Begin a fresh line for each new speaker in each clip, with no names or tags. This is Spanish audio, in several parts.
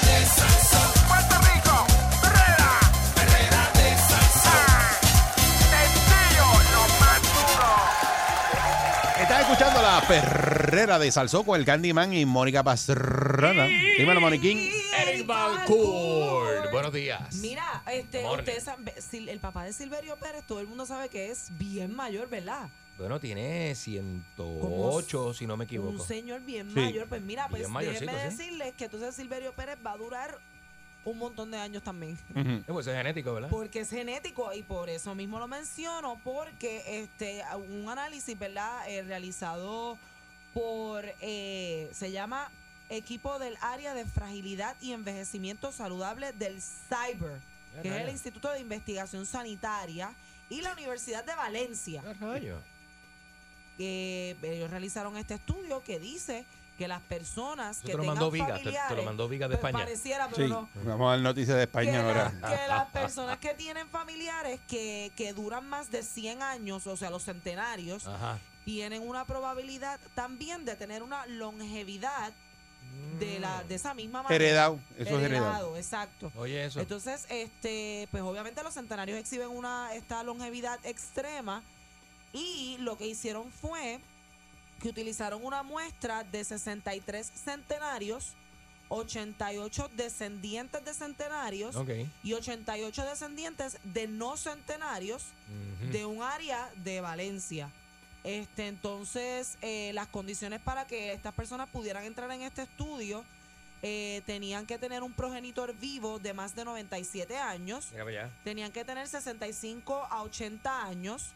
Puerto Rico, Herrera, Herrera de salsa. Sencillo, lo más duro.
Estás escuchando la perrera de Salsó con el Candyman y Mónica Pastrana. Dímelo, Moniquín.
Eric Balcourt. Buenos días.
Mira, este,
Morning.
ustedes saben, Sil- el papá de Silverio Pérez, todo el mundo sabe que es bien mayor, ¿verdad?
Bueno, tiene
Como
108, si no me
Un
equivoco.
señor bien
Sí.
mayor. Pues mira,
Bien
pues
mayorcito,
déjenme
sí.
decirles que entonces Silverio Pérez va a durar un montón de años también.
Eh, pues es genético, ¿verdad?
Porque es genético y por eso mismo lo menciono, porque este un análisis, ¿verdad? Eh, realizado por, eh, se llama Equipo del Área de Fragilidad y Envejecimiento Saludable del Cyber,
Ya,
que es el
rayos.
Instituto de Investigación Sanitaria y la Universidad de Valencia
Ya, rayos.
que ellos realizaron este estudio que dice que las personas
Eso
que
te lo
tengan
mandó Viga, te- te lo
familiares,
mandó Viga de
pues
España.
pareciera, pero
Sí,
no.
vamos a dar noticias de
Que,
España
la-
ahora.
que las personas que tienen familiares que, que duran más de 100 años, o sea, los centenarios,
Ajá.
tienen una probabilidad también de tener una longevidad de, la, de esa misma manera.
Heredado, eso es heredado.
Exacto.
Oye, eso.
Entonces, este, pues obviamente los centenarios exhiben una esta longevidad extrema y lo que hicieron fue que utilizaron una muestra de 63 centenarios, 88 descendientes de centenarios
ok.
y 88 descendientes de no centenarios
Ujú.
de un área de Valencia. Este, entonces, eh, las condiciones para que estas personas pudieran entrar en este estudio eh, tenían que tener un progenitor vivo de más de 97 años,
Mira para allá.
tenían que tener 65 a 80 años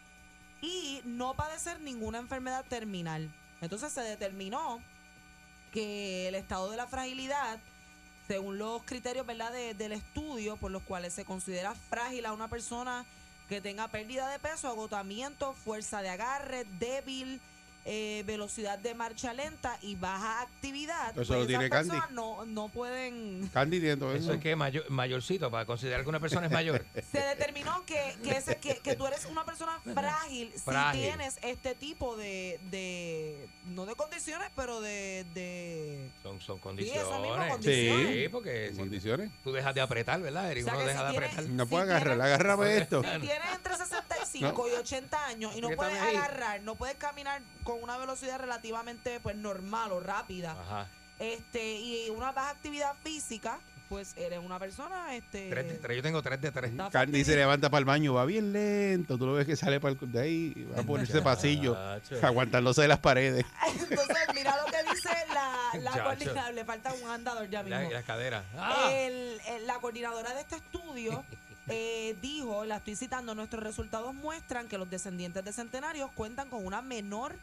y no padecer ninguna enfermedad terminal. Entonces se determinó que el estado de la fragilidad, según los criterios ¿verdad? de- del estudio, por los cuales se considera frágil a una persona que tenga pérdida de peso, agotamiento, fuerza de agarre, débil, eh, velocidad de marcha lenta y baja actividad, pues
Eso lo tiene
esas
Candy.
personas no, no pueden...
Candy tiene todo
Eso
eso.
es que mayor, mayorcito, para considerar que una persona es mayor.
Se determinó que, que, ese- que- que tú eres una persona frágil,
Frágil.
si tienes este tipo de, de- no de condiciones, pero de, de
Son, son
sí,
condiciones.
esas mismas
Sí.
condiciones.
Sí, porque
¿En
si
condiciones?
tú dejas de apretar, ¿verdad, Eric?
O sea,
Uno
que
deja
si
de
tiene-
apretar.
No
Si
puedo agarrar,
tiene-
agárrame esto.
Si tienes entre 65 y 80 años y no
¿Por qué
puedes
estás ahí?
agarrar, no puedes caminar con una velocidad relativamente pues normal o rápida,
Ajá.
este y una baja actividad física, pues eres una persona este
Tres de tres. Yo tengo tres de tres.
está
Candy se
fastidiada.
levanta para el baño, va bien lento. Tú lo ves que sale para el- de ahí, y va a ponerse pasillo,
Chacho.
aguantándose de las paredes.
Entonces, mira lo que dice la, la
Chacho.
coordinadora. Le falta un andador ya mismo.
Mira, y las caderas. ¡Ah!
El- el- la coordinadora de este estudio eh, dijo, la estoy citando, nuestros resultados muestran que los descendientes de centenarios cuentan con una menor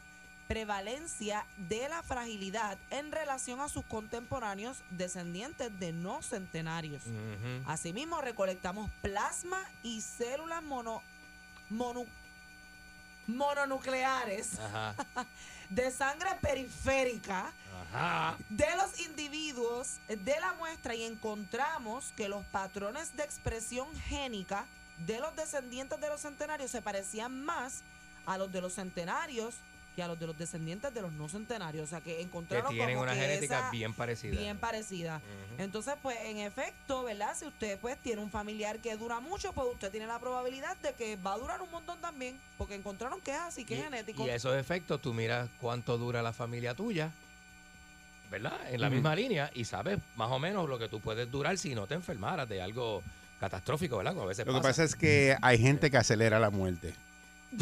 prevalencia de la fragilidad en relación a sus contemporáneos descendientes de no centenarios.
Ujú.
Asimismo, recolectamos plasma y células mono, monu- mononucleares
Ajá.
de sangre periférica
Ajá.
de los individuos de la muestra y encontramos que los patrones de expresión génica de los descendientes de los centenarios se parecían más a los de los centenarios que a los de los descendientes de los no centenarios. O sea que
Que
encontraron
tienen
como
una
que
genética
esa-
bien parecida.
bien parecida.
Ujú.
Entonces, pues en efecto, ¿verdad? Si usted pues tiene un familiar que dura mucho, pues usted tiene la probabilidad de que va a durar un montón también, porque encontraron que es así, que
y,
es genético.
y a esos efectos, tú miras cuánto dura la familia tuya, ¿verdad? En la
Ujú.
misma línea y sabes más o menos lo que tú puedes durar si no te enfermaras de algo catastrófico, ¿verdad? Como a veces
Lo que
pasa.
pasa es que hay gente que acelera la muerte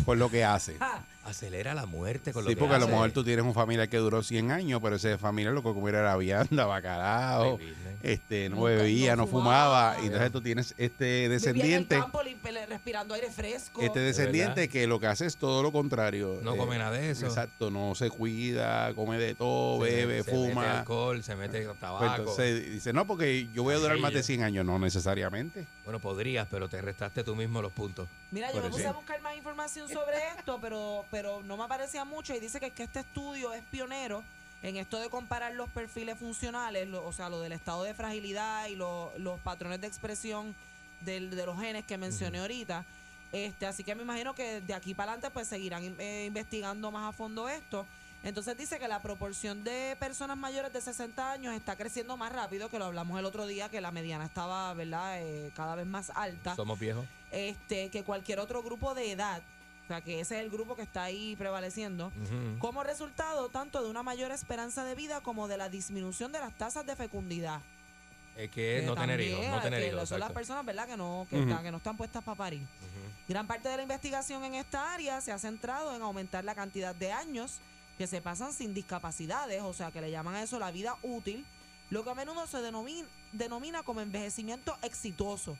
por lo que hace.
Ah,
acelera la muerte con lo
Sí,
que
porque a lo
hace.
mejor tú tienes un familiar que duró 100 años, pero ese familiar lo que comiera era vianda,
Ay,
bacalao,
business.
este, no
Nunca- no
bebía, no
fumaba.
fumaba. Y entonces tú tienes este
Vivía en el
descendiente,
campo, limpi- le- respirando aire fresco.
este
De
descendiente que lo que hace es todo lo contrario.
No
Eh,
come nada de eso.
Exacto, no se cuida, come de todo,
Se-
bebe,
se mete
fuma.
alcohol, se mete tabaco.
Pues entonces dice, no, porque yo voy a durar más de
Aquello.
100 años. No necesariamente.
Bueno, podrías, pero te restaste tú mismo los puntos.
Mira, yo
Por
me puse
eso.
a buscar más información sobre esto, pero, pero no me aparecía mucho y dice que, es que este estudio es pionero en esto de comparar los perfiles funcionales, lo- o sea, lo del estado de fragilidad y lo- los patrones de expresión del- de los genes que mencioné ahorita. Este, así que me imagino que de aquí para adelante pues seguirán eh, investigando más a fondo esto. Entonces dice que la proporción de personas mayores de 60 años está creciendo más rápido, que lo hablamos el otro día, que la mediana estaba, ¿verdad?, Eh, cada vez más alta
Somos viejos.
este, que cualquier otro grupo de edad. O sea, que ese es el grupo que está ahí prevaleciendo.
Ujú.
Como resultado tanto de una mayor esperanza de vida como de la disminución de las tasas de fecundidad.
Es que Eh, no tener
también,
hijos, no tener
que
hijos.
Son las
exacto.
personas, ¿verdad?, que no, que,
Ujú.
están, que no están puestas para parir. Gran parte de la investigación en esta área se ha centrado en aumentar la cantidad de años que se pasan sin discapacidades, o sea, que le llaman a eso la vida útil, lo que a menudo se denomina, denomina como envejecimiento exitoso.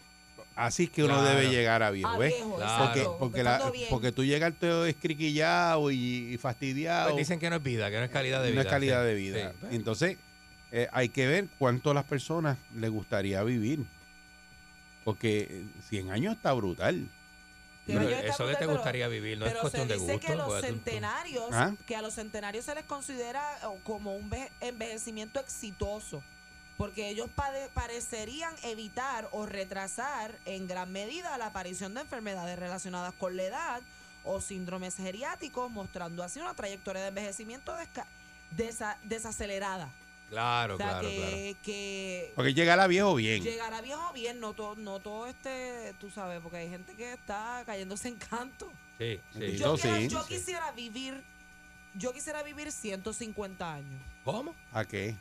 Así es que uno
Claro.
debe llegar a
A
viejo, ¿ves?
Ah, viejo,
Claro.
Porque,
exacto,
porque, la-
estando bien.
porque tú llegas todo escriquillado y, y
Pues
fastidiado.
dicen que no es vida, que no es calidad de vida.
no es calidad
sí.
de vida.
Sí, pues,
Entonces, eh, hay que ver cuánto a las personas les gustaría vivir. Porque eh, 100 años está brutal.
Que no,
pero
yo está
eso de te
brutal, pero-
gustaría vivir, no es
Pero se
cuestión de
dice
gusto.
que, los
porque tú- tú-
centenarios,
¿Ah?
que a los centenarios se les considera oh, como un veje- envejecimiento exitoso, porque ellos pade- parecerían evitar o retrasar en gran medida la aparición de enfermedades relacionadas con la edad o síndromes geriáticos, mostrando así una trayectoria de envejecimiento desca- desa- desacelerada.
Claro,
o sea,
claro, claro.
que, que
Porque llegar a viejo bien.
llegará viejo bien, no todo, no todo este, tú sabes, porque hay gente que está cayéndose en canto.
Sí, sí.
Yo,
Entonces,
quiero- yo
sí.
quisiera vivir, yo quisiera vivir 150 años.
¿Cómo?
¿A qué?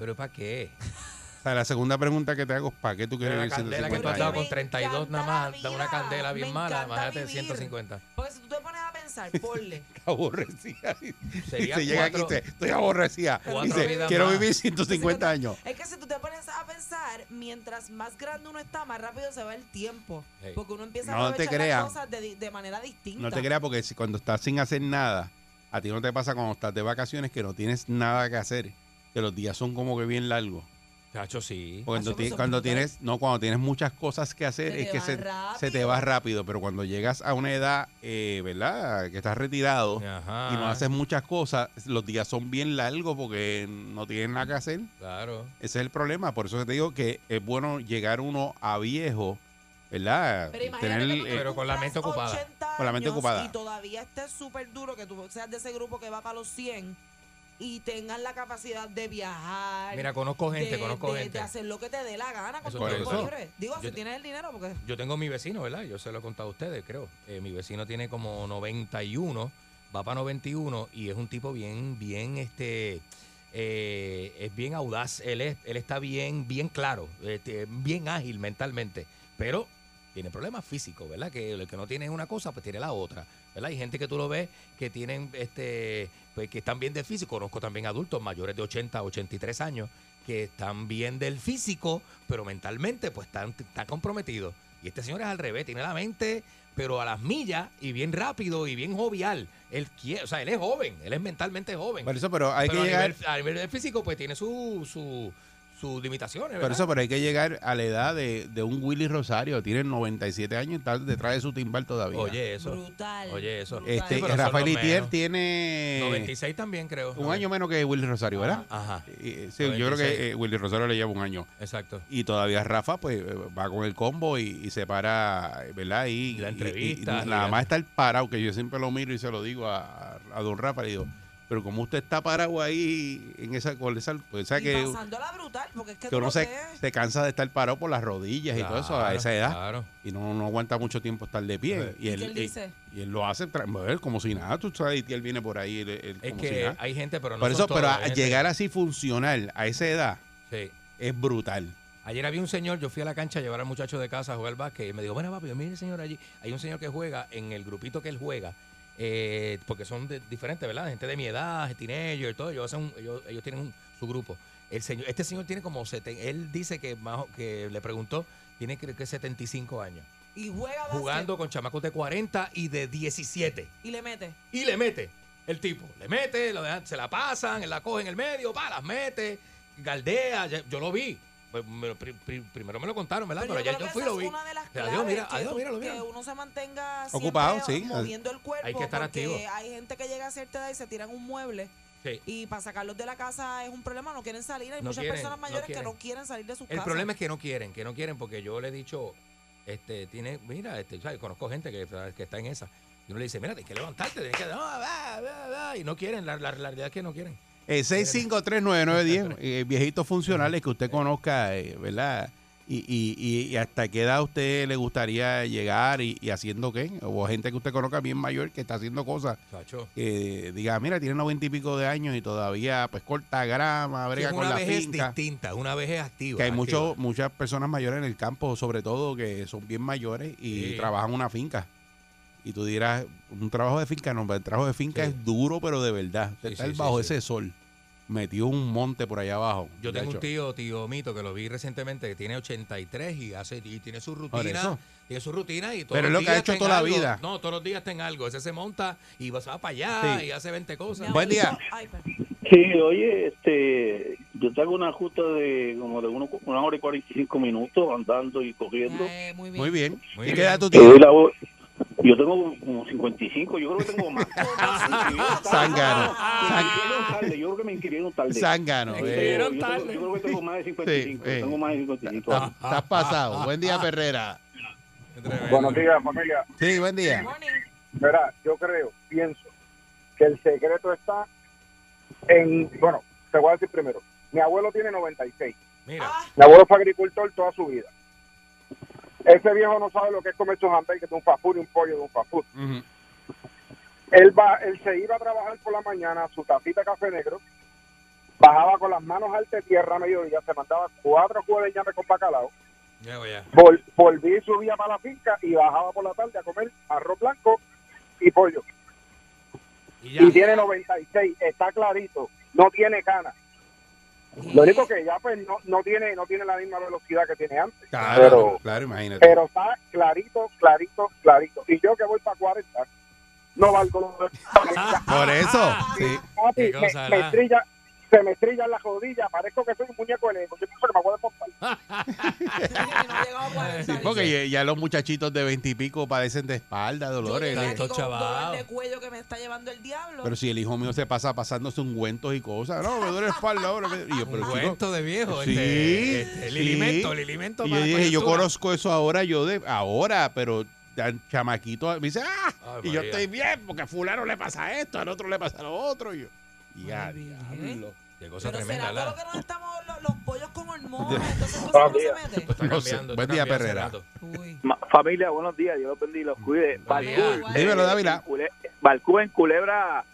¿Pero para qué?
O sea, la segunda pregunta que te hago es ¿para qué tú quieres
Pero la
vivir
candela que tú
150
has dado
años?
Me
con 32 nada
encanta la
más, da
vida,
una candela bien
me
mala,
encanta
imagínate
vivir.
150.
Porque si tú te pones a pensar, ponle.
Aborrecida. Y
Sería
se llega aquí y
cuatro-
dice, estoy aborrecida.
cuatro
Dice,
vidas
quiero
más.
vivir 150 años.
es que si tú te pones a pensar, mientras más grande uno está, más rápido se va el tiempo.
Hey.
Porque uno empieza
No
a
te
aprovechar
creas.
las cosas de, di- de manera distinta.
No te creas porque si- cuando estás sin hacer nada, a ti no te pasa cuando estás de vacaciones que no tienes nada que hacer, que los días son como que bien largos.
Chacho, sí.
Cuando,
Hace
ti-
cosas
cuando
brutales.
tienes, no, cuando tienes muchas cosas que hacer,
Se
es
te
que
va
se, se te
rápido.
va rápido, pero cuando llegas a una edad, eh, ¿verdad? Que estás retirado
Ajá.
y no haces muchas cosas, los días son bien largos porque no tienes nada que hacer.
Claro.
Ese es el problema, por eso que te digo que es bueno llegar uno a viejo, ¿verdad?
Pero imagínate
Tener,
que tú
eh,
te
pero con la mente
cumplas
ocupada.
80
Con la mente
años
ocupada.
Y todavía estés súper duro, que tú seas de ese grupo que va para los 100 y tengas la capacidad de viajar.
Mira, conozco gente,
de,
conozco
de- de
gente.
hacer lo que te dé la gana con
Eso
tu
es
tiempo
todo.
libre. Digo,
Yo
si
te-
tienes el dinero, porque
Yo tengo mi vecino, ¿verdad? Yo se lo he contado a ustedes, creo. Eh, mi vecino tiene como 91, va para 91 y es un tipo bien, bien, este, eh, es bien audaz. Él, es, él está bien, bien claro, este, bien ágil mentalmente, pero tiene problemas físicos, ¿verdad? Que el que no tiene una cosa, pues tiene la otra, ¿verdad? Hay gente que tú lo ves que tienen, este, pues que están bien del físico. Conozco también adultos mayores de 80, 83 años que están bien del físico, pero mentalmente pues están, están comprometidos. Y este señor es al revés, tiene la mente, pero a las millas y bien rápido y bien jovial. Él quiere, o sea, él es joven, él es mentalmente joven.
por eso, pero hay
pero
que
a,
llegar...
nivel, a nivel del físico pues tiene su- su- sus limitaciones,
Por
¿verdad?
eso, pero hay que llegar a la edad de, de un Willy Rosario. Tiene 97 años y está detrás de su timbal todavía.
Oye, eso.
brutal.
Oye, eso.
brutal.
este,
Sí, pero son
Rafael
los
Itier
menos.
tiene
96 también creo.
un año menos que Willy Rosario, ¿verdad?
eh. Ajá,
Eh, sí, yo creo que eh, Willy Rosario le lleva un año.
exacto.
Y todavía Rafa, pues, eh, va con el combo y, y se para, eh, ¿verdad? Y,
Y la
y-
entrevista,
y
y
nada
la-
más estar parado, que yo siempre lo miro y se lo digo a, a- a don Rafa. Le digo, pero como usted está parado ahí en esa, con esa, pues, o sea
Y
que,
pasándola brutal, porque es que,
que
tú
uno
lo
se,
ves.
se cansa de estar parado por las rodillas y todo eso a
Claro,
esa edad.
Claro.
y no, no aguanta mucho tiempo estar de pie.
¿Y
Y él,
qué él
y-
dice?
y él lo hace tra- mover como si nada. Tú sabes, y él viene por ahí él- él
Es
como si
que
nada.
hay gente, pero no
por
son
eso, pero
todos,
a-
hay gente
llegar
que-
así funcional a esa edad
Sí.
es brutal.
Ayer había un señor, yo fui a la cancha a llevar al muchacho de casa a jugar al básquet y me dijo, bueno, papi, mire señor allí. Hay un señor que juega en el grupito que él juega, eh, porque son de- diferentes, ¿verdad? Gente de mi edad, teenager, todo, ellos, hacen un- ellos, ellos tienen un- su grupo. El señor, este señor tiene como, seten- él dice que, más, o- que le preguntó, tiene creo que 75 años,
Y juega básquet
jugando con chamacos de 40 y de 17
y le mete.
y le mete. El tipo le mete, lo dejan- se la pasan, la coge en el medio, pa, las mete, galdea. ya- yo lo vi. Pues, me lo- pri- pri- primero me lo contaron, ¿verdad? Pero,
yo
ya
creo
yo
que
fui y
esa
lo
es
vi.
una de las
Pero
claves
adiós, mira,
que,
adiós,
tú-
míralo, míralo.
que uno se mantenga siempre
Ocupado, sí.
moviendo el cuerpo.
Hay que estar
porque
activo.
Hay gente que llega a cierta edad y se tiran un mueble
Sí.
y para sacarlos de la casa es un problema, no quieren salir. Hay
No
muchas
quieren,
personas
no
mayores que
quieren.
no quieren salir de sus
El
casas.
problema es que no quieren, que no quieren, porque yo le he dicho, este, tiene, mira, este, ¿sabes? conozco gente que, que está en esa. Y uno le dice, mira, tienes que levantarte, tienes que. no, va, va, va", Y no quieren, la, la- la realidad es que no quieren.
Eh, 6539910, eh, viejitos funcionales que usted conozca, eh, ¿verdad? Y, y- y- y hasta qué edad a usted le gustaría llegar y, y haciendo qué. O gente que usted conozca bien mayor que está haciendo cosas
Chacho.
que diga, mira, tiene noventa y pico de años y todavía pues corta grama,
Sí,
brega
es
con
una
la
vejez
finca.
distinta, una vejez activa.
Que hay
activa.
mucho, muchas personas mayores en el campo, sobre todo, que son bien mayores y
Sí.
trabajan una finca. Y tú dirás, un trabajo de finca, no, pero el trabajo de finca
Sí.
es duro, pero de verdad.
Sí,
Está
sí,
el
sí,
bajo
sí.
ese sol, metió un monte por allá abajo.
Yo tengo un
muchacho.
tío, tío Mito, que lo vi recientemente, que tiene 83 y hace y tiene su
Por
rutina.
eso.
Tiene su rutina y todos
Pero
los
es lo que
días
ha
está
hecho
en
toda la
algo.
vida.
No, todos los días está en algo. Ese se monta y va, se va para allá
Sí.
y hace 20
Mi
cosas.
Buen día.
abuelito- Ay, perdón.
Sí, oye, este, yo tengo una justa de como de uno- una hora y 45 minutos andando y corriendo.
Eh, muy bien.
Muy bien.
Muy
¿Y qué
bien.
edad tú
Te
tienes?
doy la voz. Yo tengo como 55, yo creo que tengo más.
Zángano.
Me inscribieron tarde, Yo creo que me inscribieron tarde.
Zángano.
Yo,
eh.
tengo- yo tengo- yo creo que tengo más de 55.
Sí, eh.
Tengo más de 55.
Estás estás pasado. Buen día, Perrera.
Qué tremendo.
Buenos días, familia.
Sí, buen día.
Morning.
Verá, yo creo, pienso que el secreto está en. Bueno, te voy a decir primero. Mi abuelo tiene 96.
Mira,
Ah,
Mi abuelo fue agricultor toda su vida. Ese viejo no sabe lo que es comerse un hamburger de un fast food y un pollo de un fast food.
Ujú.
Él, va, él se iba a trabajar por la mañana, su tapita de café negro, bajaba con las manos al de tierra a mediodía, se mandaba cuatro juegos de ñame con bacalao,
ya voy ya.
vol- volvía y subía para la finca y bajaba por la tarde a comer arroz blanco y pollo.
Y
y
ya.
tiene 96, está clarito, no tiene canas. Lo único que ya pues no, no tiene no tiene la misma velocidad que tiene antes,
Claro,
Pero-
claro, imagínate.
pero está clarito, clarito, clarito. Y yo que voy para 40, no valgo lo de-
Por eso. Sí.
Papi, me,
Qué cosa,
me
¿verdad?
estrilla- se me estrillan las rodillas, parezco que soy un muñeco de Lego, yo pienso que me voy a desmontar.
y no llegaba a 40.
Sí, porque ya, ya los muchachitos de veintipico padecen de espalda,
Yo
dolores.
llegué
de-
aquí con un dolor
chaval.
de cuello que me está llevando el diablo.
Pero si el hijo mío se pasa pasándose ungüentos y cosas, no, me duele la espalda ahora. me- Y yo,
Un
pero chico,
cuento de viejo.
sí,
este, este, el
sí.
alimento, el alimento.
Y yo
para la
dije, yo
coyuntura.
conozco eso ahora, yo de ahora, pero tan chamaquito, me dice, ah,
Ay,
y yo
María.
estoy bien, porque a fulano le pasa esto, al otro le pasa lo otro. Y yo, ya,
Muy bien.
diablo.
Qué cosa
Pero
tremenda,
será todo
¿verdad?
lo que nos estamos los, los pollos con hormonas, entonces cosas que no se mete.
Pues, Está
No sé.
cambiando,
Buen
está cambiando
día,
hace
Perrera.
rato.
Uy.
Ma- Familia, buenos días, Dios los bendiga y los cuide.
día.
Balcú,
Dímelo,
eh,
Dávila.
en Cule- Balcú en Culebra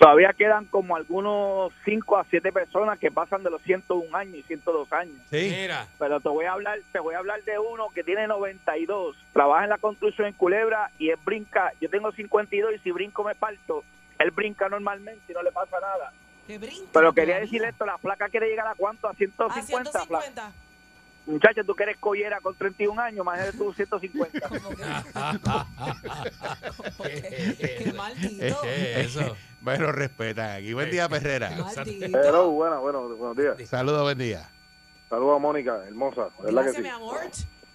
todavía quedan como algunos 5 a 7 personas que pasan de los 101 años y 102 años.
Sí,
Mira,
Pero te voy a hablar, te voy a hablar de uno que tiene 92, trabaja en la construcción en Culebra y él brinca. Yo tengo 52 y si brinco me parto. Él brinca normalmente y no le pasa nada.
Que brinca.
Pero quería
todavía.
decirle esto, la placa quiere llegar a cuánto? A
A
150. placa.
150.
Muchacho, tú que eres collera con 31 años, imagínate tú 150.
Como que, como que, que maldito.
¿qué es eso?
pero respetan aquí. Buen día, Perrera.
Hello,
Maldito.
bueno, bueno, buenos días.
Saludos, buen día.
Saludos a Mónica, hermosa, ¿verdad que
Gracias,
sí?
mi amor.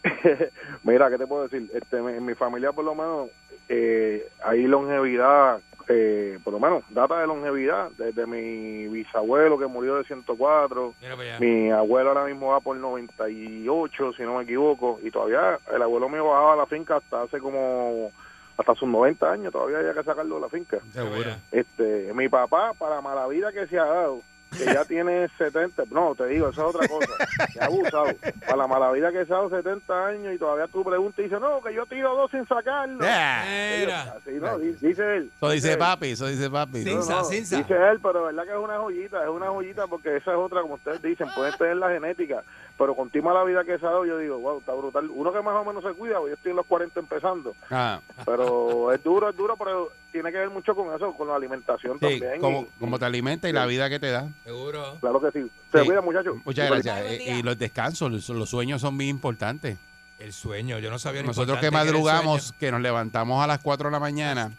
Mira, ¿qué te puedo decir? Este, me- en mi familia, por lo menos, eh, hay longevidad, eh, por lo menos, data de longevidad, desde mi bisabuelo que murió de 104,
Mira para allá.
mi abuelo ahora mismo va por 98, si no me equivoco, y todavía el abuelo mío bajaba a la finca hasta hace como, hasta sus 90 años, todavía había que sacarlo de la finca.
Seguro.
Este, mi papá, para mala vida que se ha dado, que ya tiene 70, no, te digo, esa es otra cosa, se ha abusado. Para la mala vida que se ha dado 70 años y todavía tú preguntas y dices, no, que yo tiro dos sin sacarlo.
Yeah.
Mira.
Así, no, di- dice él.
Eso dice
él.
papi, eso dice papi.
Sí.
No, no,
Sinsa, sinsa.
Dice él, pero verdad que es una joyita, es una joyita porque esa es otra, como ustedes dicen, pueden tener la genética, pero con ti mala vida que se ha dado, yo digo, wow, está brutal. Uno que más o menos se cuida, yo estoy en los 40 empezando,
Ah,
pero es duro, es duro, pero
tiene que ver mucho con eso, con la alimentación
Sí,
también.
como,
y-
como te alimenta y la vida que te da.
Seguro.
Claro que sí. Se
Sí.
cuida, muchachos.
Muchas gracias.
Buen día.
Eh, Y los descansos, los, los sueños son bien importantes.
El sueño, yo no sabía lo
Nosotros
importante
que
era el
madrugamos,
sueño.
que nos levantamos a las 4 de la mañana,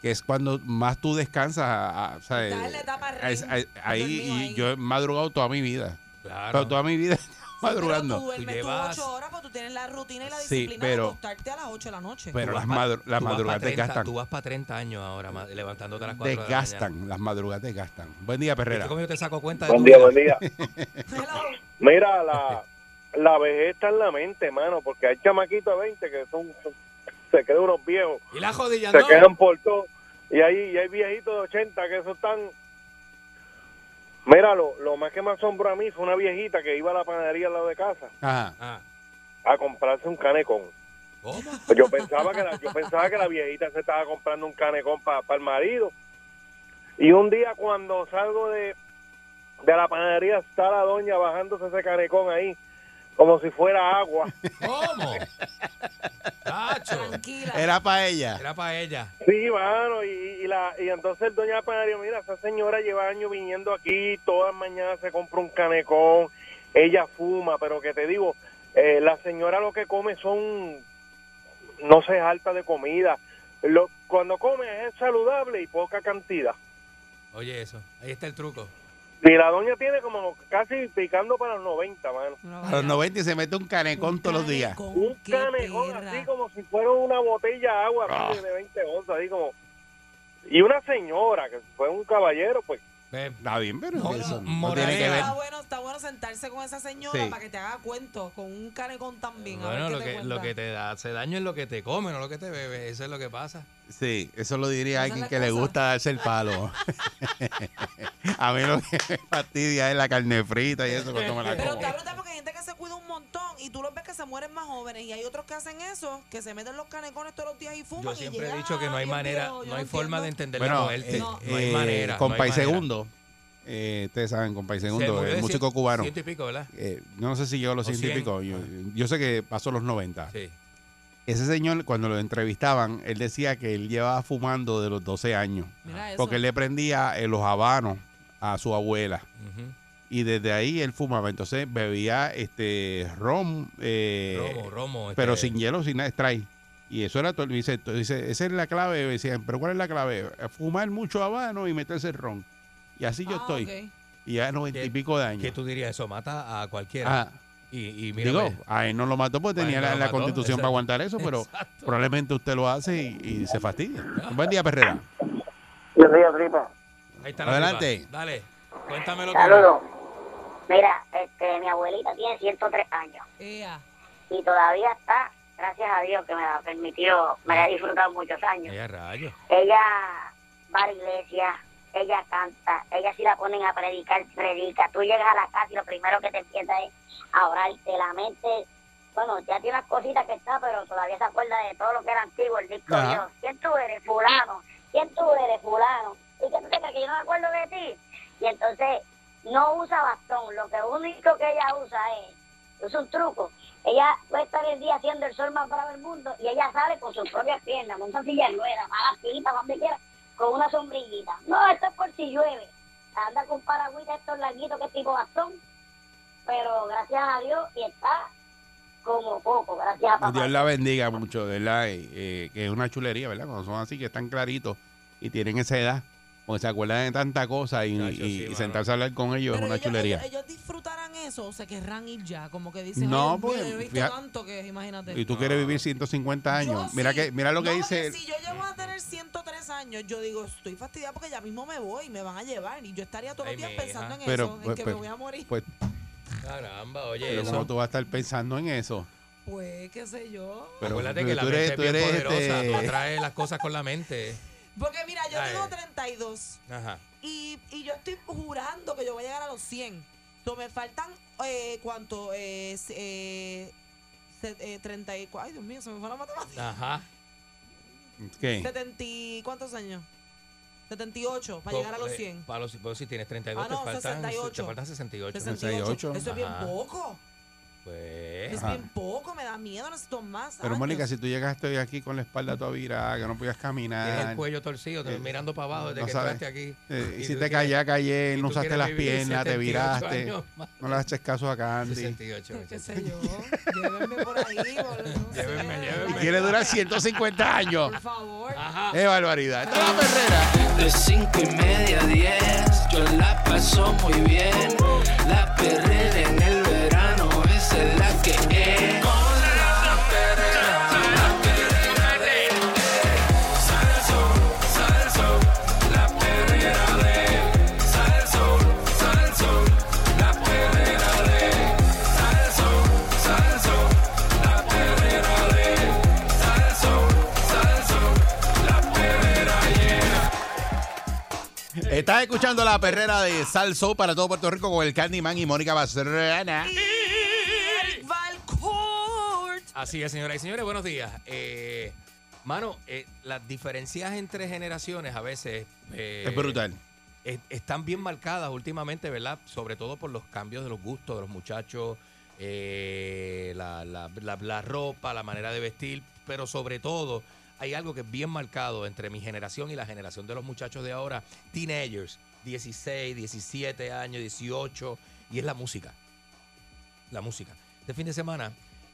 que es cuando más tú descansas. a- a- o sea,
Estás en la etapa
a- es-
REM,
a- ahí
dormido ahí.
y yo he madrugado toda mi vida.
Claro.
Pero toda mi vida
Pero tú
madrugando.
duermes
Tú
tus
llevas-
ocho horas porque tú tienes la rutina y la
Sí,
disciplina
pero-
de acostarte a las 8 de la noche.
Pero
Tú vas
las,
pa-
madru- las
tú vas pa'
madrugadas
30,
desgastan.
Tú vas para 30 años ahora, ma- levantándote a las 4 de la mañana.
Desgastan, las madrugadas desgastan. Buen día, Perrera.
¿Viste cómo yo te saco cuenta de
Buen
tu
día,
vida?
buen día.
Hello.
Mira, la, la vejez está en la mente, mano, porque hay chamaquitos de 20 que son, son- se creen unos viejos,
Y la jodilla
se
no.
quedan por todo. Y hay, y hay viejitos de 80 que esos están... Mira, lo, lo más que me asombró a mí fue una viejita que iba a la panadería al lado de casa
Ajá.
Ah,
a comprarse un canecón.
¿Cómo?
Yo pensaba que la, yo pensaba que la viejita se estaba comprando un canecón para el marido. Y un día cuando salgo de, de la panadería está la doña bajándose ese canecón ahí, como si fuera agua.
¿Cómo? Tacho.
Tranquila.
Era para ella.
Era para ella.
Sí, mano, y, y la, y entonces el doña de la panadería, mira, esa señora lleva años viniendo aquí, todas las mañanas se compra un canecón, ella fuma, pero que te digo, eh, la señora lo que come son, no sé, alta de comida. Lo, cuando come es saludable y poca cantidad.
Oye, eso. Ahí está el truco.
Y la doña tiene como casi picando para los 90, mano.
No,
A los 90 y se mete un canecón
un
todos los días.
canecón,
Un
qué
canejón
perra.
así como si fuera una botella de agua así de 20 onzas, así como... Y una señora, que fue un caballero, pues
Ve,
Está bien, pero
No,
eso no
moraleja.
tiene que ver.
Está bueno, está bueno sentarse con esa señora
Sí.
para que te haga cuentos con un canecón también. a ver
Bueno,
qué
lo
te
que,
cuenta.
lo que te da, hace daño es lo que te come, no lo que te bebe. Eso es lo que pasa.
Sí, eso lo diría
Esa
alguien
es
que
la
le
cosa.
gusta darse el palo. a mí lo que me fastidia es la carne frita y eso cuando me la
Pero
como.
está brutal porque hay gente que se cuida un montón y tú los ves que se mueren más jóvenes y hay otros que hacen eso, que se meten los canecones todos los días y fuman.
Yo
y
siempre he
llegan
dicho que no hay
bien
manera,
viejos, yo
no hay forma de
entiendo.
entender la
Bueno,
muerte.
eh,
no,
eh,
hay manera. no hay
Compay
manera.
Segundo, eh, ustedes saben, Compay
Se
Segundo,
murió de
el
cien-
músico cubano.
Ciento y pico, ¿verdad?
eh, yo no sé si llegó a los
O
100 y
cien.
pico. Yo, yo sé que pasó los 90.
Sí.
Ese señor, cuando lo entrevistaban, él decía que él llevaba fumando de los 12 años.
Mira eso.
Porque él le prendía eh, los habanos a su abuela.
Ujú.
y desde ahí él fumaba. Entonces bebía este rom, eh,
Romo, romo. este,
pero sin hielo, sin nada, strike. Y eso era todo. Dice, to- dice, esa es la clave. Decían, pero ¿cuál es la clave? Eh, Fumar mucho habano y meterse ron. Y así yo
Ah,
estoy.
ok.
Y ya noventa y
¿Qué-
pico de
¿Qué
años.
tú dirías? Eso mata a cualquiera.
Ah,
y, y mira,
digo,
ve,
a él no lo mató porque
A él
tenía
no
la,
lo
la
mató,
constitución
exacto.
para aguantar eso, pero
Exacto.
probablemente usted lo hace y, y se fastidia. Buen día, Perrera.
Yo soy Flipa.
ahí está la
Adelante.
tipa. Dale, cuéntame lo que.
Saludos. Mira, este, mi abuelita tiene 103 años
Ea.
y todavía está, gracias a Dios que me la permitió, me la he disfrutado muchos años.
Ella rayo.
Ella va a la iglesia, ella canta, ella si la ponen a predicar, predica. Tú llegas a la casa y lo primero que te empieza es a orar, te la mente. Bueno, ya tiene las cositas que está, pero todavía se acuerda de todo lo que era antiguo, el disco
Ajá.
de Dios. ¿Quién tú eres, fulano? ¿Quién tú eres, fulano? ¿Y que tú te crees que yo no me acuerdo de ti? Y entonces no usa bastón, lo que único que ella usa es, usa un truco. Ella puede estar el día haciendo el sol más bravo del mundo y ella sale con sus propias piernas, con una silla de ruedas, malas tiritas, donde quiera, con una sombrillita. No, esto es por si llueve. Anda con paragüita estos larguitos que es tipo bastón, pero gracias a Dios y está como poco, gracias a papá.
Pues Dios la bendiga mucho, ¿verdad? Eh, eh, que es una chulería, ¿verdad? Cuando son así, que están claritos y tienen esa edad, porque se acuerdan de tanta cosa y,
Chacho,
y-
sí,
y
mano.
sentarse a hablar con ellos
Pero
es una
ellos,
chulería.
Ellos, ellos disfrutarán eso o se querrán ir ya, como que dicen,
No,
no,
pues,
pues, he visto
fija-
tanto que imagínate.
y tú quieres vivir 150 años.
Yo
mira
sí.
que mira lo que
No,
dice.
porque Si yo llego a tener 103 años, yo digo, estoy fastidiada porque ya mismo me voy, me van a llevar. Y yo estaría todos
Ay,
los días
mija.
pensando en
Pero,
eso, en
pues,
que
pues,
me voy a morir.
Pues
Caramba, oye,
pero
eso.
¿cómo tú vas a estar pensando en eso.
Pues, qué sé yo.
Pero
Acuérdate
tú-
que la
tú
mente
eres-
es
tú
bien
eres,
poderosa.
este-
Tú atraes las cosas con la mente.
Porque mira, yo
Ay.
tengo 32
Ajá.
y, y yo estoy jurando que yo voy a llegar a los 100. So, me faltan, eh, ¿cuánto? Eh, se- eh, se- eh, 34. Ay, Dios mío, se me fue la matemática.
Ajá.
¿Qué?
70, y- ¿Cuántos años? 78 para
Co-
llegar a los
eh,
100.
Para los, pero si tienes 32,
Ah, no,
te, faltan,
68.
te faltan 68.
68.
68. Eso es bien
Ajá.
poco.
Pues.
Es
Ajá.
bien poco, me da miedo, necesito más.
Pero
años.
Mónica, si tú llegaste aquí con la espalda toda virada, que no podías
Tienes
caminar,
el cuello torcido, te-
Eh,
mirando para abajo desde
no
que
sabes.
entraste aquí.
eh,
y tú
hiciste
quieres-
callar, callé,
y
no
tú
usaste
quieres
las
vivir
piernas, te
78
viraste,
años más.
no le haces caso a Candy.
68,
Qué
68.
sé yo. Llévenme por ahí. por- no sé,
Llévenme,
de
llévenme.
verdad.
Quiere durar 150 años.
Por favor.
¡Qué barbaridad! ¡Esta es la perrera!
De cinco y media a 10, yo la paso muy bien. La perrera en el verano, esa es la que es. Con la perrera, la perrera de Sale el sol, sale el sol, la perrera de Sale el sol, sale el sol, la perrera de Sale el sol, sale el sol, la perrera de Sale el sol, sale el sol, la perrera yeah.
Estás escuchando la perrera de Salso para todo Puerto Rico con el Candyman y Mónica Bacerrana.
Eh.
Eric Valcourt.
Así es, señoras y señores, buenos días. Eh, mano, eh, las diferencias entre generaciones a veces. eh,
Es brutal.
es- eh, están bien marcadas últimamente, ¿verdad? Sobre todo por los cambios de los gustos de los muchachos, eh, la, la- la- la ropa, la manera de vestir, pero sobre todo hay algo que es bien marcado entre mi generación y la generación de los muchachos de ahora, teenagers, 16, 17 años, 18, y es la música. La música. Este fin de semana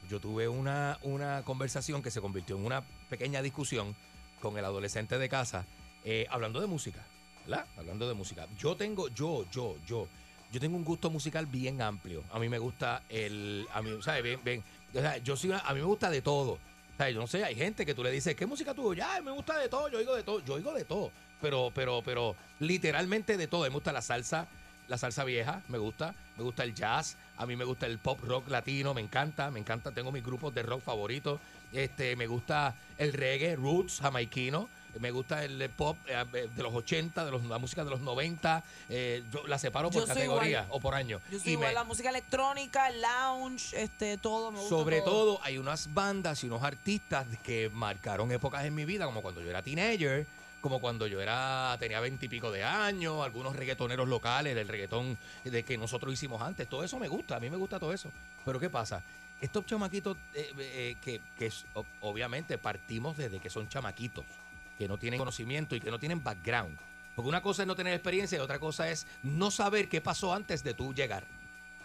yo tuve una, una conversación que se convirtió en una pequeña discusión con el adolescente de casa, eh, hablando de música, ¿verdad? Hablando de música. Yo tengo, yo, yo, yo, yo tengo un gusto musical bien amplio. A mí me gusta el, a mí, ¿sabes? Bien, bien. O sea, yo soy, una- a mí me gusta de todo. O sea, yo no sé, hay gente que tú le dices, ¿qué música tú? Ya, me gusta de todo, yo oigo de todo, yo oigo de todo. Pero, pero, pero, literalmente de todo. A mí Me gusta la salsa, la salsa vieja, me gusta. Me gusta el jazz, a mí me gusta el pop rock latino, me encanta, me encanta. Tengo mis grupos de rock favoritos. Este, me gusta el reggae, roots, jamaiquino. Me gusta el pop eh, de los 80, de los- la música de los 90. Eh, yo la separo por
Yo soy
categoría
igual.
o por año.
Yo soy
Y
igual
me-
la música electrónica, lounge, este, todo. Me gusta
sobre todo hay unas bandas y unos artistas que marcaron épocas en mi vida, como cuando yo era teenager, como cuando yo era tenía veintipico de años, algunos reggaetoneros locales, el reggaetón de que nosotros hicimos antes, todo eso me gusta, a mí me gusta todo eso. Pero ¿qué pasa? Estos chamaquitos eh, eh, que, que es- o- obviamente partimos desde que son chamaquitos, que no tienen conocimiento y que no tienen background. Porque una cosa es no tener experiencia y otra cosa es no saber qué pasó antes de tú llegar.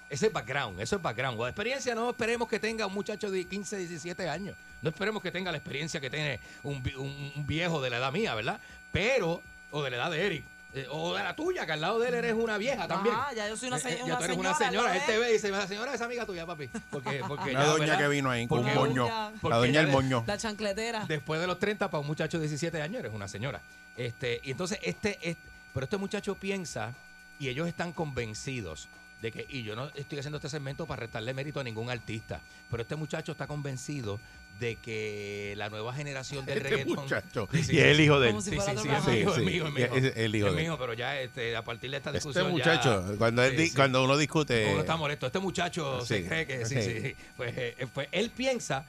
Ese es background, eso es background. La experiencia no esperemos que tenga un muchacho de 15, 17 años. No esperemos que tenga la experiencia que tiene un, vi- un- un viejo de la edad mía, ¿verdad? Pero, o de la edad de Eric, eh, o de la tuya, que al lado de él eres una vieja también.
Ah, ya yo soy una, se-
Eh, eh,
una
ya tú eres
señora.
una señora,
¿lo
él te
ves?
ve y dice, la señora es amiga tuya, papi. Porque, porque
La
ya,
doña
¿verdad?
que vino ahí con un
Porque-
moño.
porque
La doña
ya
del
de-
moño.
La chancletera.
Después de los 30, para un muchacho de 17 años eres una señora. Este, y entonces, este, este- pero este muchacho piensa y ellos están convencidos de que, y yo no estoy haciendo este segmento para restarle mérito a ningún artista, pero este muchacho está convencido de que la nueva generación del
Este
reggaetón.
muchacho.
Sí, sí,
Y el hijo de él.
Como si
Sí,
fuera
sí, sí,
otro
es
programa.
mío,
Sí,
es
sí,
mío, es
ya,
mío.
es el hijo
Es
de él.
mío, pero ya este, a partir de esta
Este
discusión. ya-
muchacho, cuando, él
Sí,
di-
sí.
cuando uno discute... Ah,
uno está molesto. Este muchacho
Sí,
se cree que sí,
sí.
sí. Pues, eh, pues, él piensa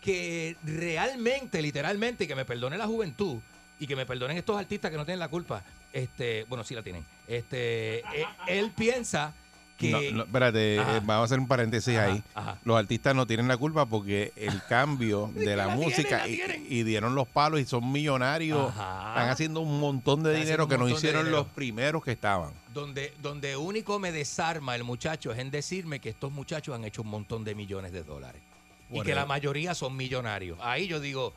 que realmente, literalmente, y que me perdone la juventud y que me perdonen estos artistas que no tienen la culpa. Este, bueno, sí la tienen. Este, eh, él piensa que
No, no, espérate,
Ajá.
eh, vamos a hacer un paréntesis
Ajá,
ahí.
ajá.
Los artistas no tienen la culpa porque el cambio de la,
la tienen,
música
la
y-
tienen.
y, dieron los palos y son millonarios.
Ajá.
Están haciendo un montón de
Están
dinero
haciendo
que
un
no
montón de
hicieron
dinero.
los primeros que estaban.
donde, donde único me desarma el muchacho es en decirme que estos muchachos han hecho un montón de millones de dólares. y
Por
que
eso.
la mayoría son millonarios. Ahí yo digo,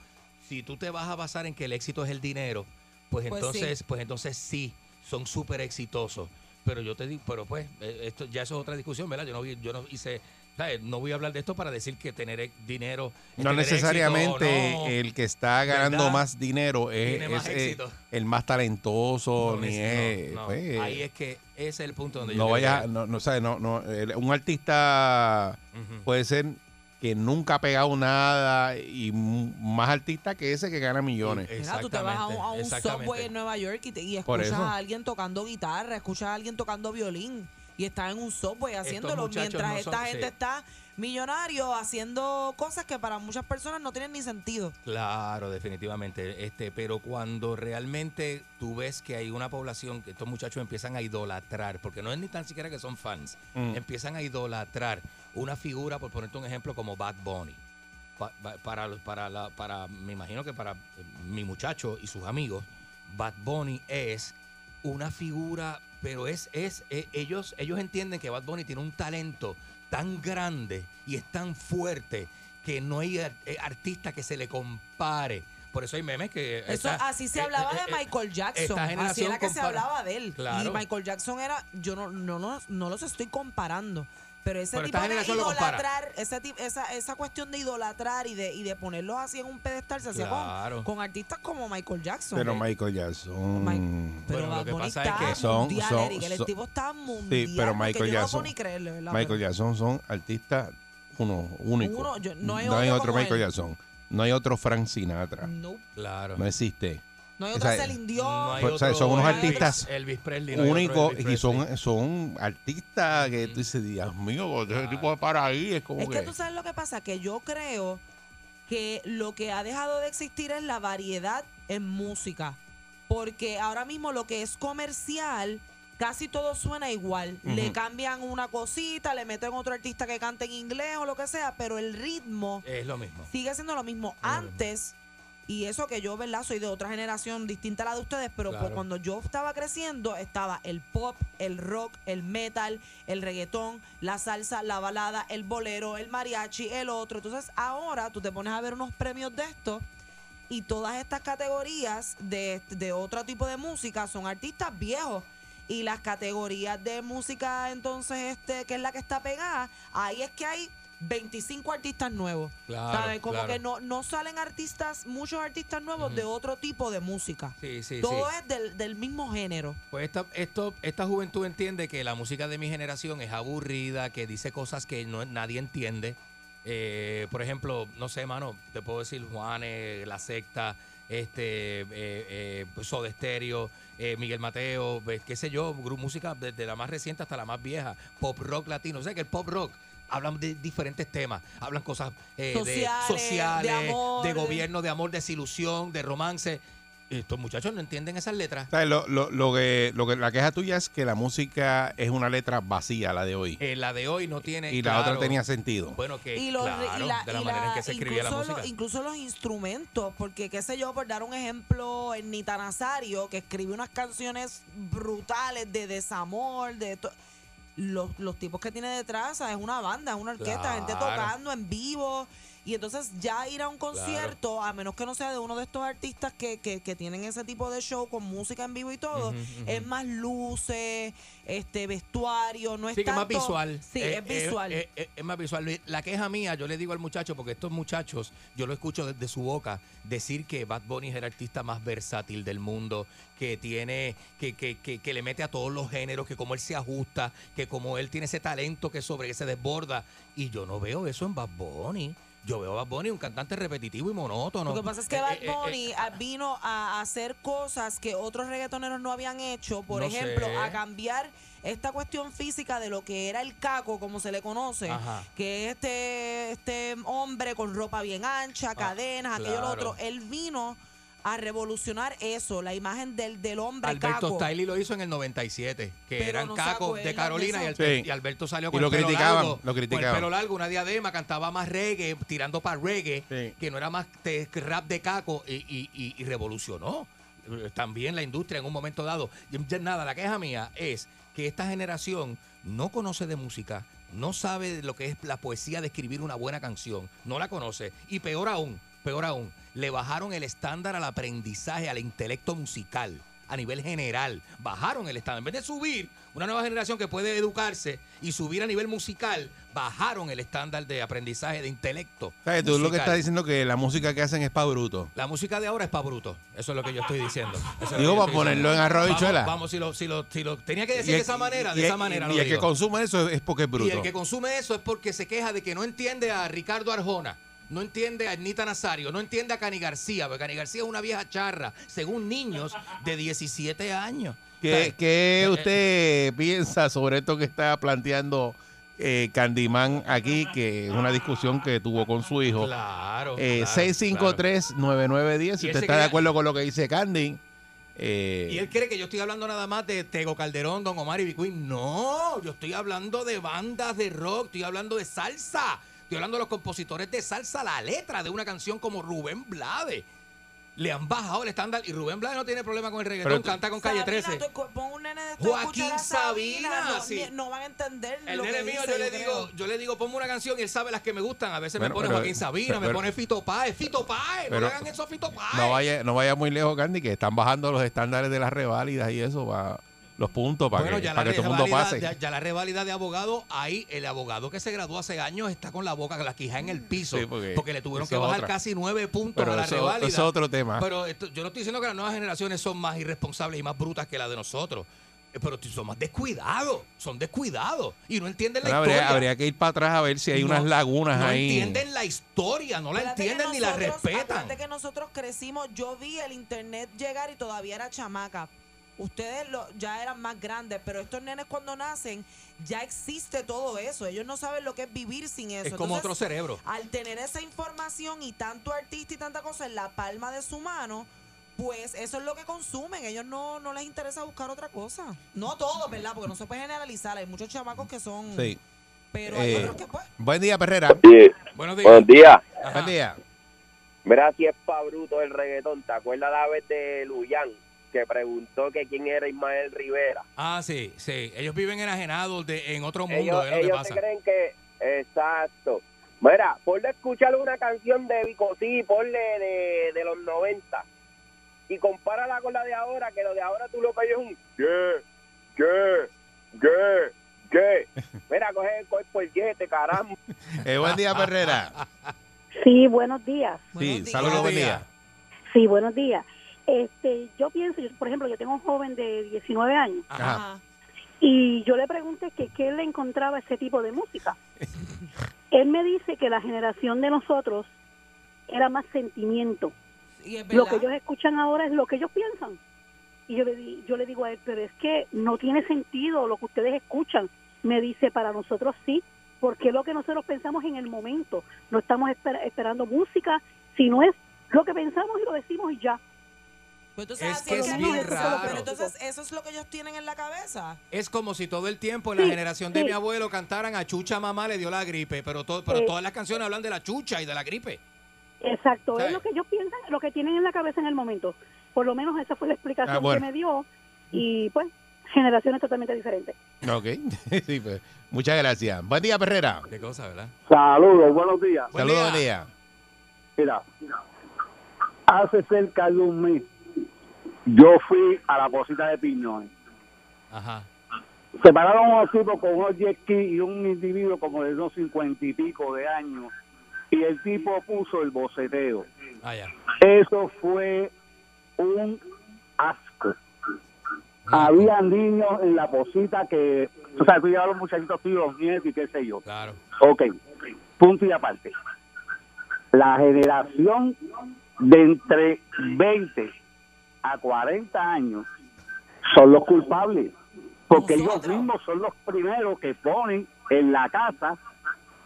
si tú te vas a basar en que el éxito es el dinero, pues
Pues
entonces, pues, entonces sí, son súper exitosos. Pero yo te digo, pero pues, eh, esto ya eso es otra discusión, ¿verdad? Yo no, vi- yo no hice, ¿sabes? No voy a hablar de esto para decir que tener eh, dinero. es
No
tener éxito o
necesariamente
no.
el que está ganando
¿Verdad?
más dinero es,
Tiene más
es, eh,
éxito.
el más talentoso,
No,
ni
no,
es...
no.
pues,
Ahí es que ese es el punto donde yo. quiero
no vayas, a-
llegar.
no, no, sabes, no, no, el- un artista
Ujú.
puede ser que nunca ha pegado nada y m- más artista que ese que gana millones.
Mira, tú te vas a un, a un
Exactamente,
subway en Nueva York y, te- y
Por
escuchas
eso.
a alguien tocando guitarra, escuchas a alguien tocando violín. y están en un software haciéndolo
muchachos
mientras
no son-
esta gente
sí.
está millonario haciendo cosas que para muchas personas no tienen ni sentido.
Claro, definitivamente. Este, pero cuando realmente tú ves que hay una población que estos muchachos empiezan a idolatrar, porque no es ni tan siquiera que son fans,
Mm.
empiezan a idolatrar una figura, por ponerte un ejemplo, como Bad Bunny. Pa- pa- para, los- para, la- para, me imagino que para eh, mi muchacho y sus amigos, Bad Bunny es una figura, pero es, es eh, ellos, ellos entienden que Bad Bunny tiene un talento tan grande y es tan fuerte que no hay ar- eh, artista que se le compare. Por eso hay memes que...
Eso,
esta-
así se
eh,
hablaba
eh,
de
eh,
Michael Jackson.
esta
Así
generación
era que se
compara-
hablaba de él.
Claro.
Y Michael Jackson era, yo no, no, no, no los estoy comparando. Pero ese
Pero
tipo
esta
de
generación lo compara.
idolatrar, ese ti- esa, esa cuestión de idolatrar y de, y de ponerlos así en un pedestal se hacía
Claro. Eh,
con, con artistas como Michael Jackson.
Pero
Que-
Michael Jackson.
pero
Bueno, lo
Bad
que
Bunny
pasa
está
es que
son-
mundial,
son-
Eric, el
son-
tipo está mundial.
Sí, pero
que
Michael
yo no
Jackson.
puedo ni creerlo, ¿verdad?
Michael Jackson son artistas uno, único.
Uno, yo- no
no
hay
hay,
otro
otro
como
Michael
él.
Jackson. No hay otro Frank Sinatra.
No,
Claro.
No existe.
no hay otra
O sea,
Celine Dion.
No hay
Pues, o sea,
otro
son unos
Elvis-
artistas
Elvis Presley, no hay otro
únicos
Elvis
y
Presley.
son, son artistas que tú dices, Dios mío, ese
Claro.
tipo de para ahí es como
Es
que.
que tú sabes lo que pasa, que yo creo que lo que ha dejado de existir es la variedad en música. Porque ahora mismo lo que es comercial, casi todo suena igual. Le
Ujú.
cambian una cosita, le meten otro artista que cante en inglés o lo que sea, pero el ritmo
Es lo mismo.
sigue siendo lo mismo. Antes, y eso que yo, ¿verdad? Soy de otra generación distinta a la de ustedes, pero pues
Claro.
cuando yo estaba creciendo estaba el pop, el rock, el metal, el reggaetón, la salsa, la balada, el bolero, el mariachi, el otro. Entonces ahora tú te pones a ver unos premios de esto. Y todas estas categorías de, de otro tipo de música son artistas viejos. Y las categorías de música, entonces, este, que es la que está pegada, ahí es que hay 25 artistas nuevos.
Claro,
¿Sabes? Como
claro.
que no, no salen artistas, muchos artistas nuevos de otro tipo de música.
Sí, sí, sí.
Todo es del, del mismo género.
Pues esta, esto, esta juventud entiende que la música de mi generación es aburrida, que dice cosas que no, nadie entiende. Eh, por ejemplo, no sé, mano, te puedo decir Juanes, La Secta, este, eh, eh, Soda Stereo, eh, Miguel Mateo, eh, qué sé yo, gru- música desde la más reciente hasta la más vieja, pop rock latino. O sea que el pop rock hablan de diferentes temas, hablan cosas eh,
Sociales, de
de, sociales,
amor,
de
de-
gobierno, de amor, desilusión, de romance. Estos muchachos no entienden esas letras.
¿Sabes? Lo, lo- lo que, lo que- la queja tuya es que la música es una letra vacía, la de hoy.
Eh, la de hoy no tiene.
y la
claro,
otra tenía sentido.
Bueno, que.
y los
claro,
y la-
de la
y
manera en
la-
que se escribía la
incluso
música.
los- incluso los instrumentos, porque qué sé yo, por dar un ejemplo, el Nita Nazario, que escribe unas canciones brutales de desamor, de to- los, los tipos que tiene detrás, ¿sabes? es una banda, es una orquesta, gente
Claro.
tocando en vivo. Y entonces ya ir a un concierto, a menos que no sea de uno de estos artistas que, que, que tienen ese tipo de show con música en vivo y todo,
Ujú, ujú.
es más luces, este vestuario, no es
Sí, que es más
tanto-
visual.
Sí,
Eh,
es visual.
eh, eh, es más visual. La queja mía, yo le digo al muchacho, porque estos muchachos, yo lo escucho desde su boca decir que Bad Bunny es el artista más versátil del mundo, que tiene, que, que, que, que le mete a todos los géneros, que como él se ajusta, que como él tiene ese talento que sobre, que se desborda. Y yo no veo eso en Bad Bunny. Yo veo a Bad Bunny un cantante repetitivo y monótono.
Lo que pasa es que
Eh,
Bad
eh, eh,
Bunny ah, vino a hacer cosas que otros reggaetoneros no habían hecho. Por
No
ejemplo,
sé.
a cambiar esta cuestión física de lo que era el caco, como se le conoce,
Ajá.
que es este, este hombre con ropa bien ancha, cadenas, aquello lo
Ah, claro.
otro. Él vino a revolucionar eso, la imagen del, del hombre
Alberto
caco.
Stiley lo hizo en el 97, que
Pero
eran
no se
cacos de
acuerdan
Carolina
de
y,
eso.
Alberto-
Sí.
y Alberto salió
Y
con
lo
el pelo
criticaban,
largo,
lo
Con
criticaban.
el pelo largo, una diadema, cantaba más reggae, tirando para reggae,
Sí.
que no era más te- rap de caco y, y- y- y revolucionó eh, también la industria en un momento dado. Y ya Nada, la queja mía es que esta generación no conoce de música, no sabe de lo que es la poesía de escribir una buena canción, no la conoce y peor aún, peor aún, le bajaron el estándar al aprendizaje, al intelecto musical a nivel general. Bajaron el estándar. En vez de subir, una nueva generación que puede educarse y subir a nivel musical, bajaron el estándar de aprendizaje, de intelecto.
¿Sabes? Tú lo que
musical.
estás diciendo que la música que hacen es para bruto.
La música de ahora es para bruto. Eso es lo que yo estoy diciendo. Eso es lo
Digo,
que yo
para
estoy
ponerlo en arroz y
Vamos,
bichuela.
Vamos, si lo, si, lo, si lo tenía que decir
Y
de
el-
esa manera, de
y-
esa manera.
Y,
lo
el que
digo.
consume eso es, es porque es bruto.
Y el que consume eso es porque se queja de que no entiende a Ricardo Arjona. no entiende a Anita Nazario, no entiende a Cani García, porque Cani García es una vieja charra, según niños de 17 años. O
¿Qué,
sea,
qué
eh,
usted piensa sobre esto que está planteando eh, Candyman aquí, que es una discusión que tuvo con su hijo?
Claro.
Eh,
claro,
653-9910, si
Y él
usted
se
está de
queda-
acuerdo con lo que dice Candy. eh,
Y él cree que yo estoy hablando nada más de Tego Calderón, Don Omar y Bicuín. No, yo estoy hablando de bandas de rock, estoy hablando de salsa. Estoy hablando de los compositores de salsa, la letra de una canción como Rubén Blade. Le han bajado el estándar y Rubén Blade no tiene problema con el reggaetón,
Pero tú-
canta con Calle
Sabina,
13.
tú escu- pon un nene de esto a escuchar
Joaquín
a
Sabina,
no,
sí.
ni- no van a entender
El
lo que
nene mío,
dice,
yo le
creo.
digo, yo le digo, ponme una canción y él sabe las que me gustan. A veces
Bueno,
me pone
pero-
Joaquín Sabina, me
pero-
pone Fito Páez, Fito Páez,
pero-
no le hagan eso a Fito Páez.
no, vaya, no vaya muy lejos, Candy, que están bajando los estándares de las reválidas y eso, va, los puntos para que, para que todo el mundo
revalida-
pase.
Ya, ya la revalida de abogado, ahí el abogado que se graduó hace años está con la boca, con la quija en el piso.
Sí, porque
porque, le tuvieron
eso
que
es
bajar
otra.
casi nueve puntos
Pero
a la
eso-
reválida.
eso es otro tema.
Pero esto- yo no estoy diciendo que las nuevas generaciones son más irresponsables y más brutas que las de nosotros. Eh, Pero son más descuidados, son descuidados y no entienden la
Bueno, habría,
historia.
habría que ir para atrás a ver si hay unas
No,
lagunas
no
ahí.
entienden la historia, no la
Acuérdate que
entienden ni la
nosotros-
respetan.
acuérdate que nosotros crecimos, yo vi el internet llegar y todavía era chamaca. Ustedes lo- ya eran más grandes, pero estos nenes cuando nacen ya existe todo eso. Ellos no saben lo que es vivir sin eso.
Es como
Entonces,
otro cerebro.
al tener esa información y tanto artista y tanta cosa en la palma de su mano, pues eso es lo que consumen. Ellos no, no les interesa buscar otra cosa. No todos, ¿verdad? Porque no se puede generalizar. Hay muchos chamacos que son.
Sí.
Pero hay
Eh,
otros que pues.
Buen día, Perrera.
Sí,
Buenos días.
buenos días.
Ajá.
Buen día.
Mira si es pa' bruto el reggaetón. ¿Te acuerdas la vez de Luyan que preguntó que quién era Ismael Rivera?
Ah, sí, sí. Ellos viven enajenados de, en otro mundo,
ellos
es lo que
ellos
pasa.
se creen que... Exacto. Mira, ponle a escuchar una canción de Bicotí, ponle de, de los 90. Y compárala con la de ahora, que lo de ahora tú lo que oyes es un... ¿Qué? ¿Qué? ¿Qué? ¿Qué? Mira, coge el cuerpo el yete, caramba.
Eh, buen día, Perrera.
Sí, buenos días.
sí,
Buenos días.
saludos, buen día.
días.
Sí, buenos días. Este, yo pienso, yo, por ejemplo, yo tengo un joven de 19 años
Ajá.
Ajá.
y yo le pregunté que qué le encontraba a ese tipo de música. Él me dice que la generación de nosotros era más sentimiento.
Y es
Lo
verdad.
que ellos escuchan ahora es lo que ellos piensan. Y yo le, di- yo le digo a él, pero es que no tiene sentido lo que ustedes escuchan. Me dice, para nosotros sí, porque es lo que nosotros pensamos en el momento. No estamos esper- esperando música, sino es lo que pensamos y lo decimos y ya.
Pero Pues entonces,
Es
así
que
es
que
bien
piensan,
raro.
Pero entonces, eso es lo que ellos tienen en la cabeza.
Es como si todo el tiempo en la
Sí,
generación de
sí.
mi abuelo cantaran a Chucha Mamá le dio la gripe, pero, to- pero
Sí.
todas las canciones hablan de la chucha y de la gripe.
Exacto,
Sí.
es lo que ellos piensan, lo que tienen en la cabeza en el momento. Por lo menos esa fue la explicación
Ah, bueno.
que me dio y pues generaciones totalmente diferentes.
Ok. Sí, pues, Muchas gracias. Buen día, Perrera.
Qué cosa, ¿verdad?
Saludos, buenos días.
Buen
saludos,
día.
buen día.
Mira, hace cerca de un mes, yo fui a la posita de piñones.
Ajá.
Se pararon unos tipos con unos jet ski y un individuo como de unos cincuenta y pico de años. Y el tipo puso el boceteo.
Ah, ya.
Eso fue un asco. Había niños en la posita que, o sea, tú llevabas los muchachitos tuyos, los nietos y qué sé yo.
Claro.
Ok, punto y aparte. La generación de entre 20 a 40 años son los culpables, porque ellos
Nosotros.
mismos son los primeros que ponen en la casa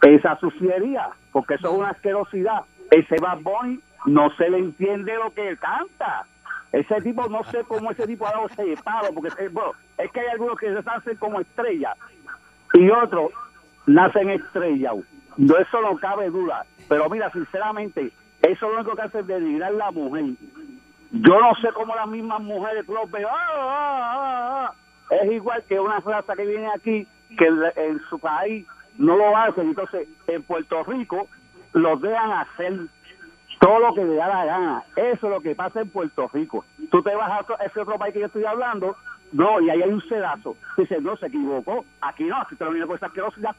esa suciería, porque eso es una asquerosidad. Ese Bad Bunny no se le entiende lo que canta. Ese tipo, no sé cómo ese tipo ha dado ese palo, porque eh, bueno, es que hay algunos que se hacen como estrellas y otros nacen estrellas. No, eso no cabe duda. Pero mira, sinceramente, eso lo único que hace es denigrar la mujer. Yo no sé cómo las mismas mujeres, tú los ves, ah, ah, ah, ah. es igual que una raza que viene aquí, que en, la- en su país no lo hacen. Entonces, en Puerto Rico los dejan hacer todo lo que le da la gana. Eso es lo que pasa en Puerto Rico. Tú te vas a otro- ese otro país que yo estoy hablando, no, y ahí hay un sedazo. Dice, no, se equivocó. Aquí no, aquí te lo viene con esa asquerosidad.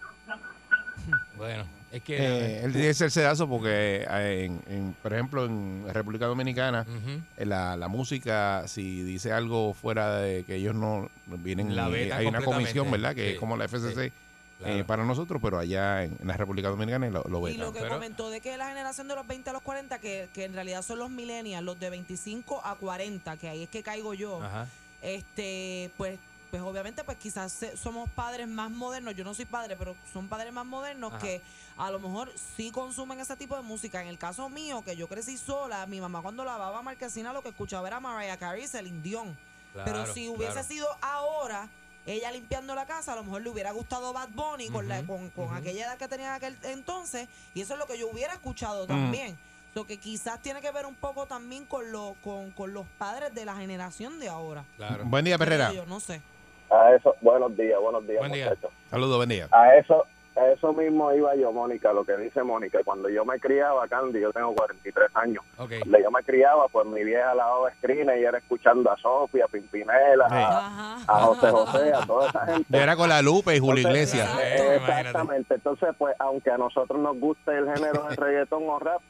Bueno, es que.
Eh, él dice el sedazo porque, eh, en- en, por ejemplo, en República Dominicana,
Ujú.
eh, la, la música, si dice algo fuera de que ellos no vienen,
La
y
vetan
hay una comisión,
completamente.
¿verdad? Que
Sí,
es como la FCC,
Claro.
eh, para nosotros, pero allá en, en la República Dominicana lo, lo
Y
vetan.
lo que
pero-
comentó de que la generación de los 20 a los 40, que, que en realidad son los millennials, los de 25 a 40, que ahí es que caigo yo,
Ajá.
este pues pues obviamente pues quizás se- somos padres más modernos, yo no soy padre, pero son padres más modernos
Ajá.
que a lo mejor sí consumen ese tipo de música. En el caso mío, que yo crecí sola, mi mamá cuando lavaba marquesina lo que escuchaba era Mariah Carey y Celine Dion.
Claro,
pero si hubiese
claro.
sido ahora ella limpiando la casa, a lo mejor le hubiera gustado Bad Bunny con, la,
Ujú,
con, con
ujú.
aquella edad que tenía en aquel entonces, y eso es lo que yo hubiera escuchado también. Lo que quizás tiene que ver un poco también con, lo, con, con los padres de la generación de ahora.
Claro.
Buen día, Perrera.
Yo no sé.
A eso, buenos días, buenos días,
Buen día.
muchachos.
Saludos, buen día.
A eso, a eso mismo iba yo, Mónica, lo que dice Mónica. Cuando yo me criaba, Candy, yo tengo 43 años.
Ok.
Cuando yo me criaba, pues mi vieja lavaba escrina y era escuchando a Sofía, a Pimpinela, a,
Ajá.
a José José, a toda esa gente.
Yo era con la Lupe y Julio
Entonces,
Iglesias.
Exacto.
eh,
Imagínate.
Exactamente. Entonces, pues, aunque a nosotros nos guste el género de reggaetón o rap,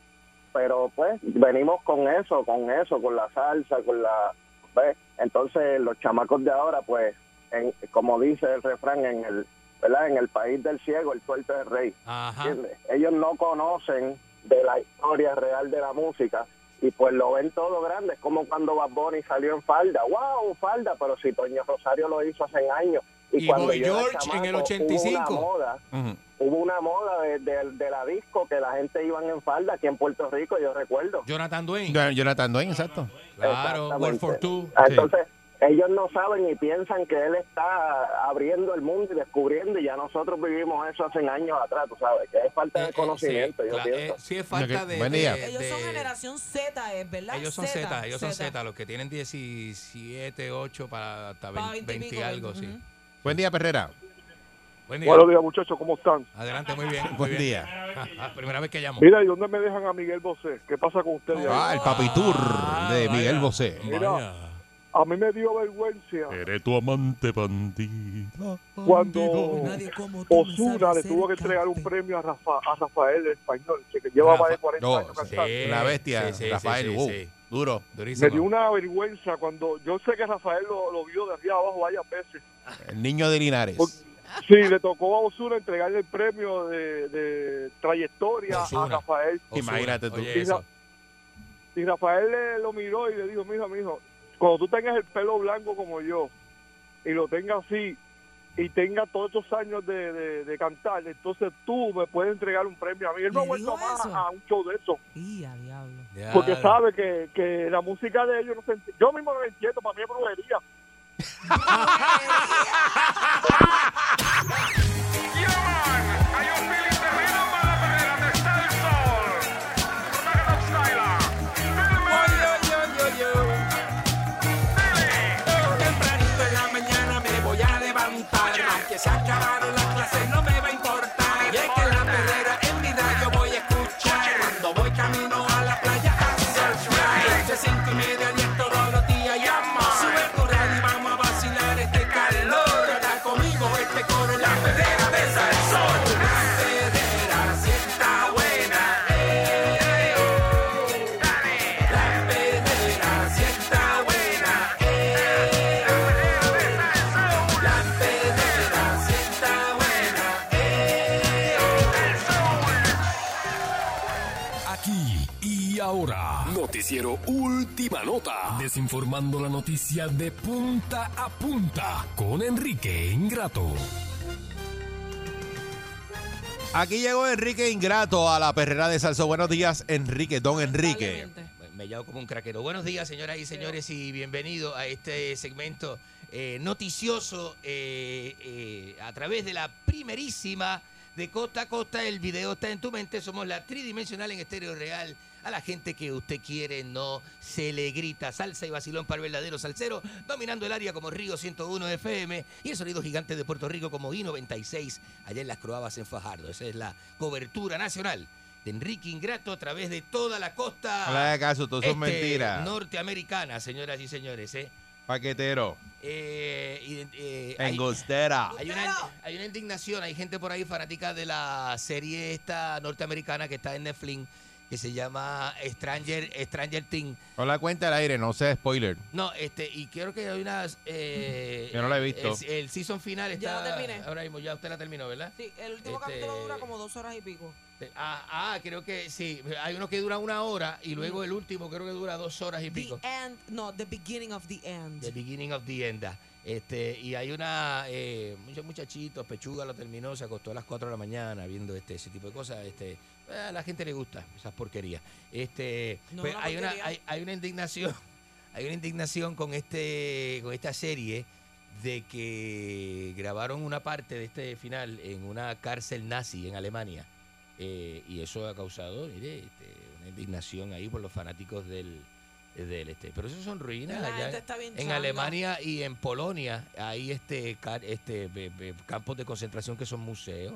pero pues venimos con eso, con eso, con la salsa, con la... ¿ves? Entonces, los chamacos de ahora, pues, en- como dice el refrán, en el, ¿verdad? En el país del ciego, el suelto es el rey.
Ajá.
¿entiendes? Ellos no conocen de la historia real de la música y pues lo ven todo grande. Es como cuando Bad Bunny salió en falda. ¡Wow! Falda, pero si Toño Rosario lo hizo hace años.
Y
cuando
Boy
yo era
George en el 85.
chamaco, Hubo una moda,
Ujú.
hubo una moda de, de- de la disco que la gente iba en falda aquí en Puerto Rico, yo recuerdo.
Jonathan Dwayne.
Yo- Jonathan Dwayne, exacto.
Claro. World for
Exactamente.
Two.
Ah,
sí.
Entonces, ellos no saben y piensan que él está abriendo el mundo y descubriendo, y ya nosotros vivimos eso hace años atrás, tú sabes, que es falta
Eh, eh,
de conocimiento,
sí,
yo
cla-
pienso.
eh, sí es falta
Ok,
de.
buen
de-
día.
Ellos
de-
son generación Z, es ¿verdad?
Eh, Ellos son Z, ellos son Z, los que tienen 17, 8 para hasta
Pa'
20,
20 y pico,
algo,
veinte,
sí.
ujú.
Buen día, Perrera.
Buen día.
Buenos días, muchachos, ¿cómo están?
Adelante, muy bien. muy
Buen
bien.
día.
Ah, primera vez que llamo.
Mira, ¿y dónde me dejan a Miguel Bosé? ¿Qué pasa con ustedes?
Ah, el papitur de Miguel Bosé.
A mí me dio vergüenza
Eres tu amante bandido.
cuando
Nadie como tú me
Osuna
sabe
le tuvo que
acercarte.
entregar un premio a, Rafa, a Rafael el español, que lleva
Rafa-
más de 40
no,
años
sí.
cantando.
La bestia,
Sí, sí,
Rafael.
sí, sí,
wow,
sí.
Duro.
Durísimo.
Me dio una vergüenza cuando yo sé que Rafael lo, lo vio de arriba abajo varias veces.
El niño de Linares.
Por- Sí, le tocó a Osuna entregarle el premio de, de trayectoria a
Ozuna.
Rafael.
Ozuna,
Imagínate tú.
oye eso.
Y Rafael le- lo miró y le dijo, mira, mijo, cuando tú tengas el pelo blanco como yo y lo tengas así y tengas todos esos años de, de- de cantar, entonces tú me puedes entregar un premio a mí. Él no ha
¿Le
vuelto
dijo
más
eso?
a un show de eso.
Y a diablo.
Ya.
Porque sabe que, que la música de ellos no se entiende. Yo mismo no la entiendo, para mí es brujería.
Hay un feeling de ritmo para la perrera de Star Soul. Saca la styla. Firme.
Tempranito en la mañana me voy a levantar. Aunque se acabaron las clases, no me va a importar. Y es que la perrera en mi radio voy a escuchar. Cuando voy camino a la playa, a surfear. Entre cinco y media, diez todos los días y amor. Sube tu radio y vamos a vacilar este calor. Está conmigo este coro, la perrera de Salsón. La perrera sí está buena. Eh, eh, oh. La perrera sí está buena.
Aquí y ahora, Noticiero Última Nota, desinformando la noticia de punta a punta con Enrique Ingrato.
Aquí llegó Enrique Ingrato a la perrera de Salso. Buenos días, Enrique, don Enrique.
Lamentablemente.
Me- Me llamo como un craquero. Buenos días, señoras y señores, y bienvenido a este segmento eh, noticioso eh, eh, a través de la primerísima de costa a costa. El video está en tu mente. Somos la tridimensional en estéreo real. A la gente que usted quiere no se le grita salsa y vacilón para el verdadero salsero, dominando el área como Río 101 FM y el sonido gigante de Puerto Rico como I-96 allá en las Croabas en Fajardo. Esa es la cobertura nacional de Enrique Ingrato a través de toda la costa
Habla de caso, todo eso es
Ah, este,
mentira.
norteamericana, señoras y señores. ¿eh?
Paquetero,
Eh, y- eh, hay,
engostera.
hay una, hay una indignación, hay gente por ahí fanática de la serie esta norteamericana que está en Netflix, que que se llama Stranger, Stranger Thing.
No la cuenta al aire, no sea spoiler.
No, este, y quiero que hay unas. eh,
Yo no la he visto.
El, el season final está.
Ya la terminé.
Ahora mismo, ya usted la terminó, ¿verdad?
Sí, el último
Este-
capítulo dura como dos horas y pico.
Te- Ah, ah, creo que sí. Hay uno que dura una hora y luego el último creo que dura dos horas y
The
pico.
end, no, the beginning of the end.
The beginning of the end. ah. Este, y hay una, eh, muchos muchachitos, Pechuga lo terminó, se acostó a las 4 de la mañana viendo este, ese tipo de cosas. Este, eh, a la gente le gusta esas porquerías. Este,
No,
pues,
una
hay, una,
porquería.
hay, hay una indignación, hay una indignación con este, con esta serie de que grabaron una parte de este final en una cárcel nazi en Alemania. Eh, y eso ha causado, mire, este, una indignación ahí por los fanáticos del, del este. Pero eso son ruinas
La
allá
gente está bien
en
changa.
Alemania y en Polonia hay este, ca- este be- be- campos de concentración que son museos.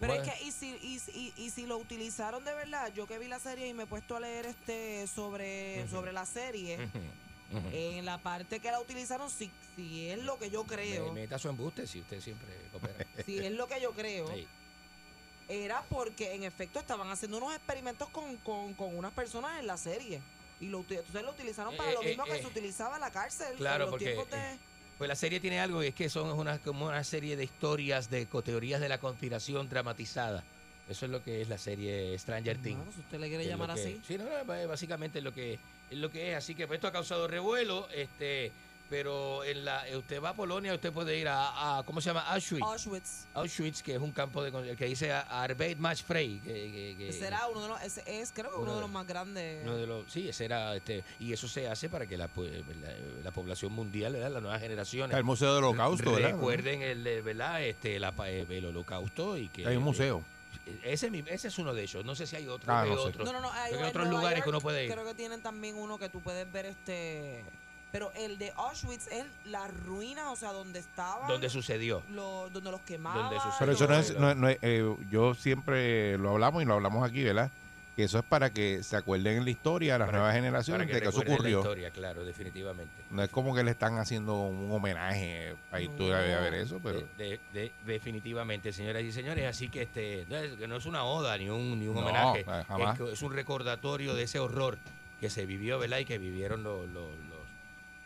Pero
Bueno,
es que, y si, y, si- y si lo utilizaron de verdad, yo que vi la serie y me he puesto a leer este sobre, sobre la serie,
ujú, ujú.
en la parte que la utilizaron, si, si es lo que yo creo,
Me- meta su embuste si usted siempre coopera.
si es lo que yo creo,
Sí.
era porque en efecto estaban haciendo unos experimentos con, con, con unas personas en la serie. Y lo, uti- entonces lo utilizaron para
Eh,
lo
eh,
mismo que
eh.
se utilizaba en la cárcel.
Claro,
en los
porque,
tiempos de-
eh, Pues la serie tiene algo, y es que son una, como una serie de historias, de co- teorías de la conspiración dramatizada. Eso es lo que es la serie Stranger Things.
Bueno, si usted le quiere
que es lo
llamar
que-
así.
Sí, no, no, b- básicamente es lo que es lo que es. Así que pues, esto ha causado revuelo, este, pero en la, eh, usted va a Polonia, usted puede ir a, a- ¿cómo se llama? Auschwitz.
Auschwitz.
Auschwitz, que es un campo de con- el que dice a- Arbeit macht frei, que, que- que-
Será uno de los, ese es, creo que
eh, uno
uno
de-
de los más grandes.
uno de los- sí, ese era este, y eso se hace para que la, pu- la, la población mundial, ¿verdad? las nuevas generaciones
El Museo del Holocausto, ¿verdad?
recuerden el eh, verdad este la, pa- eh, el holocausto y que
Hay un museo.
eh, ese, mi- ese es uno de ellos no sé si hay otro
Ah,
hay
no sé.
otro.
No, no, no.
Creo
Hay,
que
en
hay otros
Nueva
lugares
York
que uno puede ir
Creo que tienen también uno que tú puedes ver este. Pero el de Auschwitz es la ruina, o sea, donde estaban.
donde sucedió
lo- donde los quemaban.
Donde sucedió.
Pero eso no es,
Ay,
no es- no es- eh, yo siempre lo hablamos y lo hablamos aquí, ¿verdad? Que eso es para que se acuerden en la historia a las
Para-
nuevas generaciones de que eso
recuerden la
este ocurrió.
historia claro definitivamente
No es como que le están haciendo un homenaje para ir tú a a ver eso, pero
De- de- de- definitivamente, señoras y señores. Así que este no es, que no es una oda ni un, ni un
No,
homenaje.
eh,
Es,
jamás.
que es un recordatorio de ese horror que se vivió, ¿verdad? Y que vivieron los, los, los-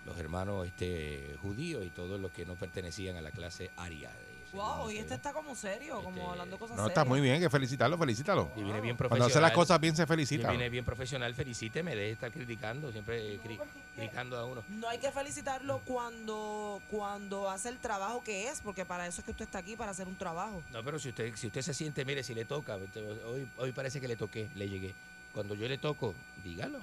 los hermanos este judíos y todos los que no pertenecían a la clase aria. eh,
Wow,
según
y
se
este
ve.
está como serio, como
Este,
hablando de cosas
no está
serias.
muy bien, que felicitarlo, felicítalo.
Y viene bien
Cuando hace las
profesional.
cosas bien se
Y
felicita.
viene bien profesional, felicíteme, deje de estar criticando, siempre eh, cri- criticando a uno.
No hay que felicitarlo cuando, cuando hace el trabajo que es, porque para eso es que usted está aquí, para hacer un trabajo.
No, pero si usted, si usted se siente, mire, si le toca, este, hoy, hoy parece que le toqué, le llegué. Cuando yo le toco, dígalo,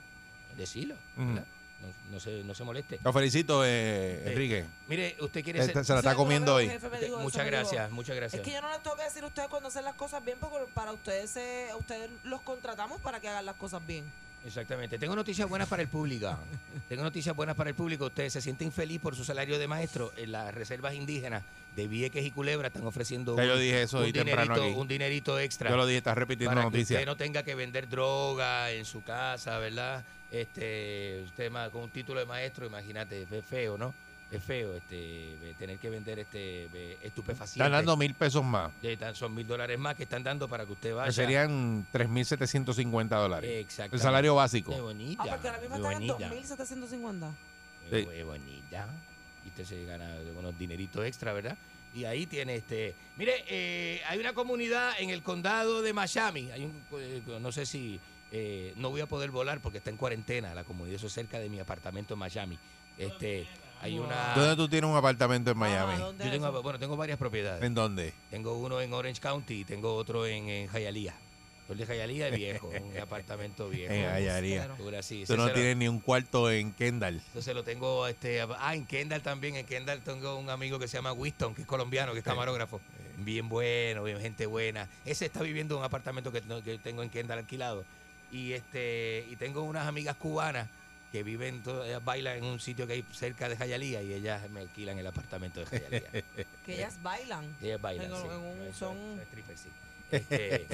decilo,
Ujú.
¿verdad? no, no se, no se moleste.
Lo felicito, eh,
Eh,
Enrique.
Mire, usted quiere ser...
Este- se la está
Sí,
comiendo
una
hoy.
vez un jefe me
usted-
dijo eso,
muchas
me
gracias,
dijo,
muchas gracias.
Es que yo no les tengo que decir a ustedes cuando hacen las cosas bien, porque para ustedes, se, a ustedes los contratamos para que hagan las cosas bien. Ah,
Exactamente. Tengo noticias buenas para el público. Tengo noticias buenas para el público. Usted se siente infeliz por su salario de maestro. En las reservas indígenas de Vieques y Culebra están ofreciendo
Ya yo dije eso
un,
hoy temprano
dinerito,
aquí.
un dinerito extra.
Yo lo dije, estás repitiendo
para
la
que usted
noticia.
no tenga que vender droga en su casa, ¿verdad? Este, usted ma- con un título de maestro, imagínate, es feo, ¿no? Es feo, este, ve- tener que vender este ve- estupefacientes.
Están dando mil pesos más.
De tan- son mil dólares más que están dando para que usted vaya.
Que serían 3.750 dólares.
Exactamente.
El salario básico.
Qué bonita.
Ah, porque ahora mismo
muy
están en
bonita.
2.750.
Sí.
Qué bonita. Y usted se gana unos dineritos extra, ¿verdad? Y ahí tiene este. Mire, eh, hay una comunidad en el condado de Miami. Hay un, eh, no sé si. eh, no voy a poder volar porque está en cuarentena la comunidad. Eso es cerca de mi apartamento en Miami. Este, hay
¿Dónde
una.
tú tienes un apartamento en
Ah,
Miami?
¿dónde
Yo
es eso?
tengo, bueno, tengo varias propiedades.
¿En dónde?
Tengo uno en Orange County y tengo otro en, en Hialeah. El de Hialeah es viejo, un apartamento viejo.
En Ayaría.
Ahora sí,
Eh, Tú no
César-
tienes ni un cuarto en Kendall.
Entonces lo tengo, este, ah, en Kendall también, en Kendall tengo un amigo que se llama Winston, que es colombiano, que es camarógrafo. Bien bueno, bien gente buena. Ese está viviendo en un apartamento que, no- que tengo en Kendall alquilado. Y este, y tengo unas amigas cubanas que viven, todas- ellas bailan en un sitio que hay cerca de Jayalía y ellas me alquilan el apartamento de Jayalía.
Que ellas bailan.
Eh, Ellas bailan,
En-
sí.
en un-
Eso-
son-
eso es stripper, sí. Este,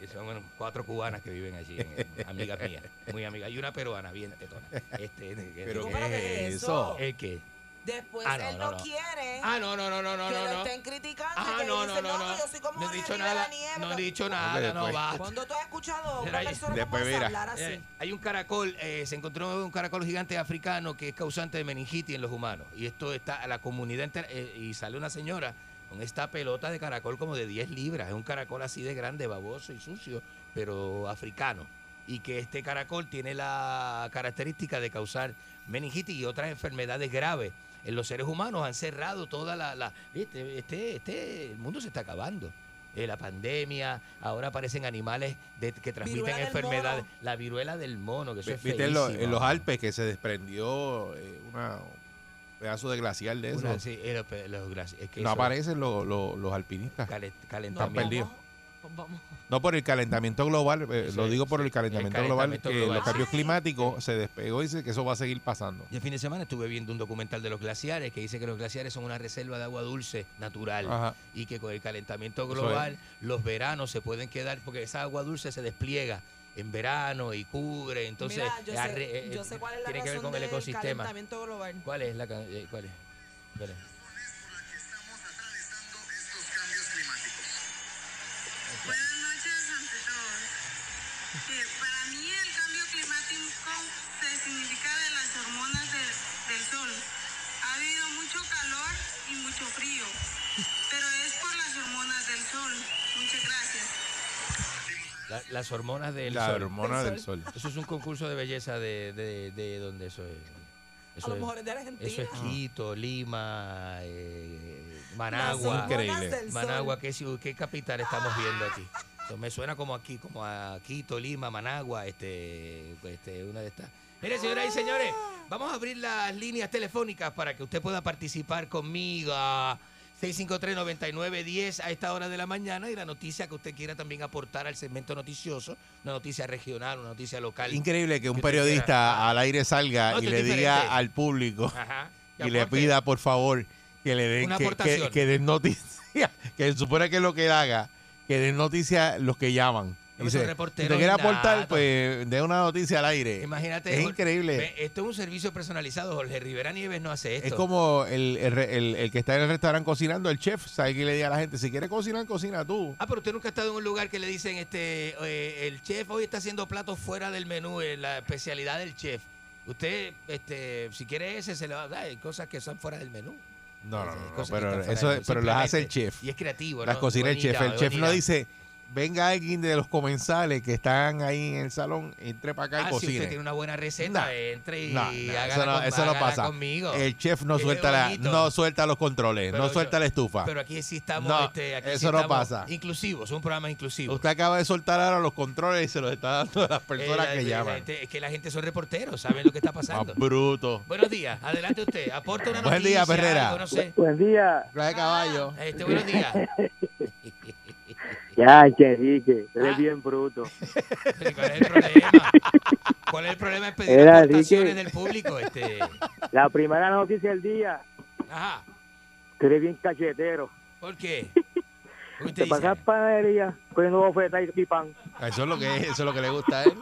y son bueno, cuatro cubanas que viven allí, en- amigas mías, muy amigas. Y una peruana, bien tetona. Este, que-
Pero
que-
¿Cómo
¿qué
que
es
es
eso?
eso?
¿El qué?
Después
Ah, no,
él
no,
no,
no.
quiere
Ah, no, no, no, no, no,
que
no.
lo
no.
estén criticando.
Ah,
que
no, no,
dice,
no, no.
que yo soy como
No he
Jorge
dicho
Rivera
nada.
Nieve, pues,
No he
pero-
dicho nada, no
después.
basta.
Cuando tú has escuchado a una
Mira,
persona
después,
como esa
mira.
hablar así.
Eh, hay un caracol, eh, se encontró un caracol gigante africano que es causante de meningitis en los humanos. Y esto está a la comunidad entera. eh, y sale una señora con esta pelota de caracol como de 10 libras. Es un caracol así de grande, baboso y sucio, pero africano. Y que este caracol tiene la característica de causar meningitis y otras enfermedades graves. En los seres humanos han cerrado toda la. la- este, este, este, el mundo se está acabando. Eh, la pandemia, ahora aparecen animales de- que transmiten
Viruela del
enfermedades.
mono.
La viruela del mono, que eso es
Viste en los,
feísimo.
en los Alpes que se desprendió eh, una, un pedazo de glacial de eso.
Una- sí, eh, los pe- los gras- es que
no
eso,
aparecen los, los- los alpinistas.
cale-
No,
Están
calentamiento.
perdidos.
Vamos, vamos.
No por el calentamiento global, eh,
Sí,
lo digo por
sí,
el calentamiento,
el
global,
calentamiento
que
global.
los cambios
Ay.
climáticos se despegó y dice que eso va a seguir pasando.
Y el fin de semana estuve viendo un documental de los glaciares que dice que los glaciares son una reserva de agua dulce natural
Ajá.
y que con el calentamiento
Eso
global los veranos se pueden quedar porque esa agua dulce se despliega en verano y cubre, entonces
Mira, yo,
arre-
sé,
eh,
yo sé cuál es la
tiene que ver
razón
con el
del
ecosistema.
calentamiento global.
¿Cuál es la ca- eh, cuál es? Cuál es?
Buenas noches ante todo. Eh, para mí el cambio climático se significa de las hormonas del- del sol. Ha habido mucho calor y mucho frío, pero es por las hormonas del sol. Muchas gracias.
La- las hormonas del
La
sol.
hormona
Del
del sol.
Eso es un concurso de belleza de, de, de donde eso es. Eso
a lo
es-
mejor es de
Eso
Argentina.
es Quito, Lima, eh,
Las
Managua.
hormonas
increíble.
del sol.
Managua, ¿qué, ciu- qué capital estamos viendo aquí? Eso me suena como aquí, como a Quito, Lima, Managua, este, este una de estas. Mire, señoras y señores, vamos a abrir las líneas telefónicas para que usted pueda participar conmigo. 653-9910 a esta hora de la mañana y la noticia que usted quiera también aportar al segmento noticioso, una noticia regional, una noticia local.
Increíble que un
Que te quiera.
periodista al aire salga
No,
y
esto
le
es diferente.
diga al público
Ajá.
y le
aporte.
pida por favor que le den
Una
que,
aportación.
que, que den noticias, que se supone que lo que él haga, que den noticias los que llaman.
Yo
Dice,
soy
si
reportero
te quiere aportar,
innato.
pues dé una noticia al aire.
Imagínate.
Es
Jorge-
increíble.
Ve, Esto es un servicio personalizado. Jorge Rivera Nieves no hace esto.
Es como eh, el, el re- el- el que está en el restaurante cocinando, el chef, sabe que le diga a la gente, si quieres cocinar, cocina tú.
Ah, pero usted nunca ha estado en un lugar que le dicen, este, eh, el chef hoy está haciendo platos fuera del menú, eh, la especialidad del chef. Usted, este, si quiere ese, se le va a dar. Hay cosas que son fuera del menú.
No, no,
Hay
no, no,
cosas que
pero,
están fuera
eso,
del
es-
menú,
pero las hace el
simplemente.
chef.
Y es creativo,
Las
¿no?
cocina el
Bonita,
chef. El chef no
bonita.
dice, venga alguien de los comensales que están ahí en el salón, entre para acá
Ah,
y
si usted
cocine.
tiene una buena receta,
Nah,
entre y
No, no,
hágala,
eso no,
con-
eso no
hágala
pasa.
conmigo.
El chef no
Qué
suelta, la,
bonito.
no suelta los controles,
Pero
no
yo-
suelta la estufa.
Pero aquí sí estamos,
No,
este, aquí sí
eso no
estamos
pasa.
Inclusivos, un programa inclusivo.
Usted acaba de soltar ahora los controles y se los está dando a las personas
Eh, la-
que
la
llaman.
gente- es que la gente son reporteros, saben lo que está
Más
pasando.
bruto.
buenos días, adelante usted, aporta una
Buen
noticia.
día, Perrera.
algo, no sé.
Buen día.
Clase de caballo.
Este, buenos días.
Ya, Enrique,
eres Ah.
bien bruto.
Pero, ¿Cuál es el problema? ¿Cuál es el problema en pedir
Era,
aportaciones
Enrique.
del público? Este,
La primera noticia del día,
ajá,
tú eres bien cachetero.
¿por qué? Usted dice,
panadería cogiendo bofetadas y pan.
Eso es lo que es, eso es lo que le gusta a él.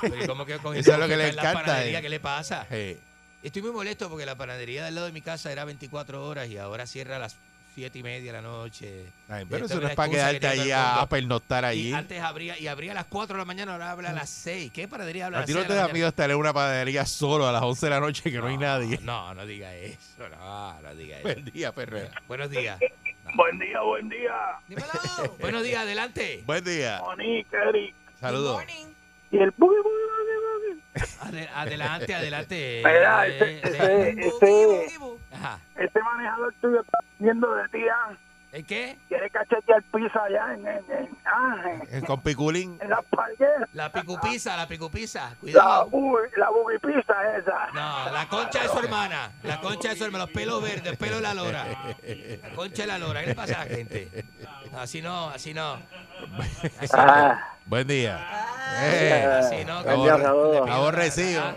pero ¿y ¿cómo que cogiste
Eso es lo que le
en la
encanta,
panadería?
eh.
¿Qué le pasa?
Eh,
Estoy muy molesto porque la panadería del lado de mi casa era 24 horas y ahora cierra a las 7 y media de la noche.
ay,
Esto
pero eso
es
no
la
es para
excusa que
quedarte
tiene todo
allí
el
a,
mundo.
a pernoctar
Y
allí.
antes abría, y abría a las 4 de la mañana, ahora habla a las 6. ¿Qué panadería habla a
A
las
ti
6?
no te da miedo estar en una panadería solo a las 11 de la noche que no, hay nadie.
No, no diga eso, no, no diga eso.
Buen día, Ferrera.
Buenos días.
Buen día, buen día.
Dímelo.
Buenos días, adelante.
Buen día.
Monique, Eric.
Good
Saludos.
morning.
Y el boogie,
Ade- adelante, adelante.
Mira,
Eh,
ese-
eh,
ese-
eh.
ese-
Boogie, boogie, boo.
Ajá.
Este manejador tuyo está viendo de ti, ah.
¿El qué?
Quiere cachetear piso allá en, en, en, ah, en-
Eh, Con Piculín.
en la parguera.
La picupisa, la picupisa.
La,
Cuidado.
bu- la bugipista esa.
No, la concha de su hermana. La concha de su hermana. Los pelos verdes, pelo de la lora. La concha de la lora. ¿Qué le pasa a la gente? Así no, así no. Así no.
Ah,
Buen día.
Ah,
Eh,
Así no.
Buen día,
que-
saludos.
Aborrecido.
Ah,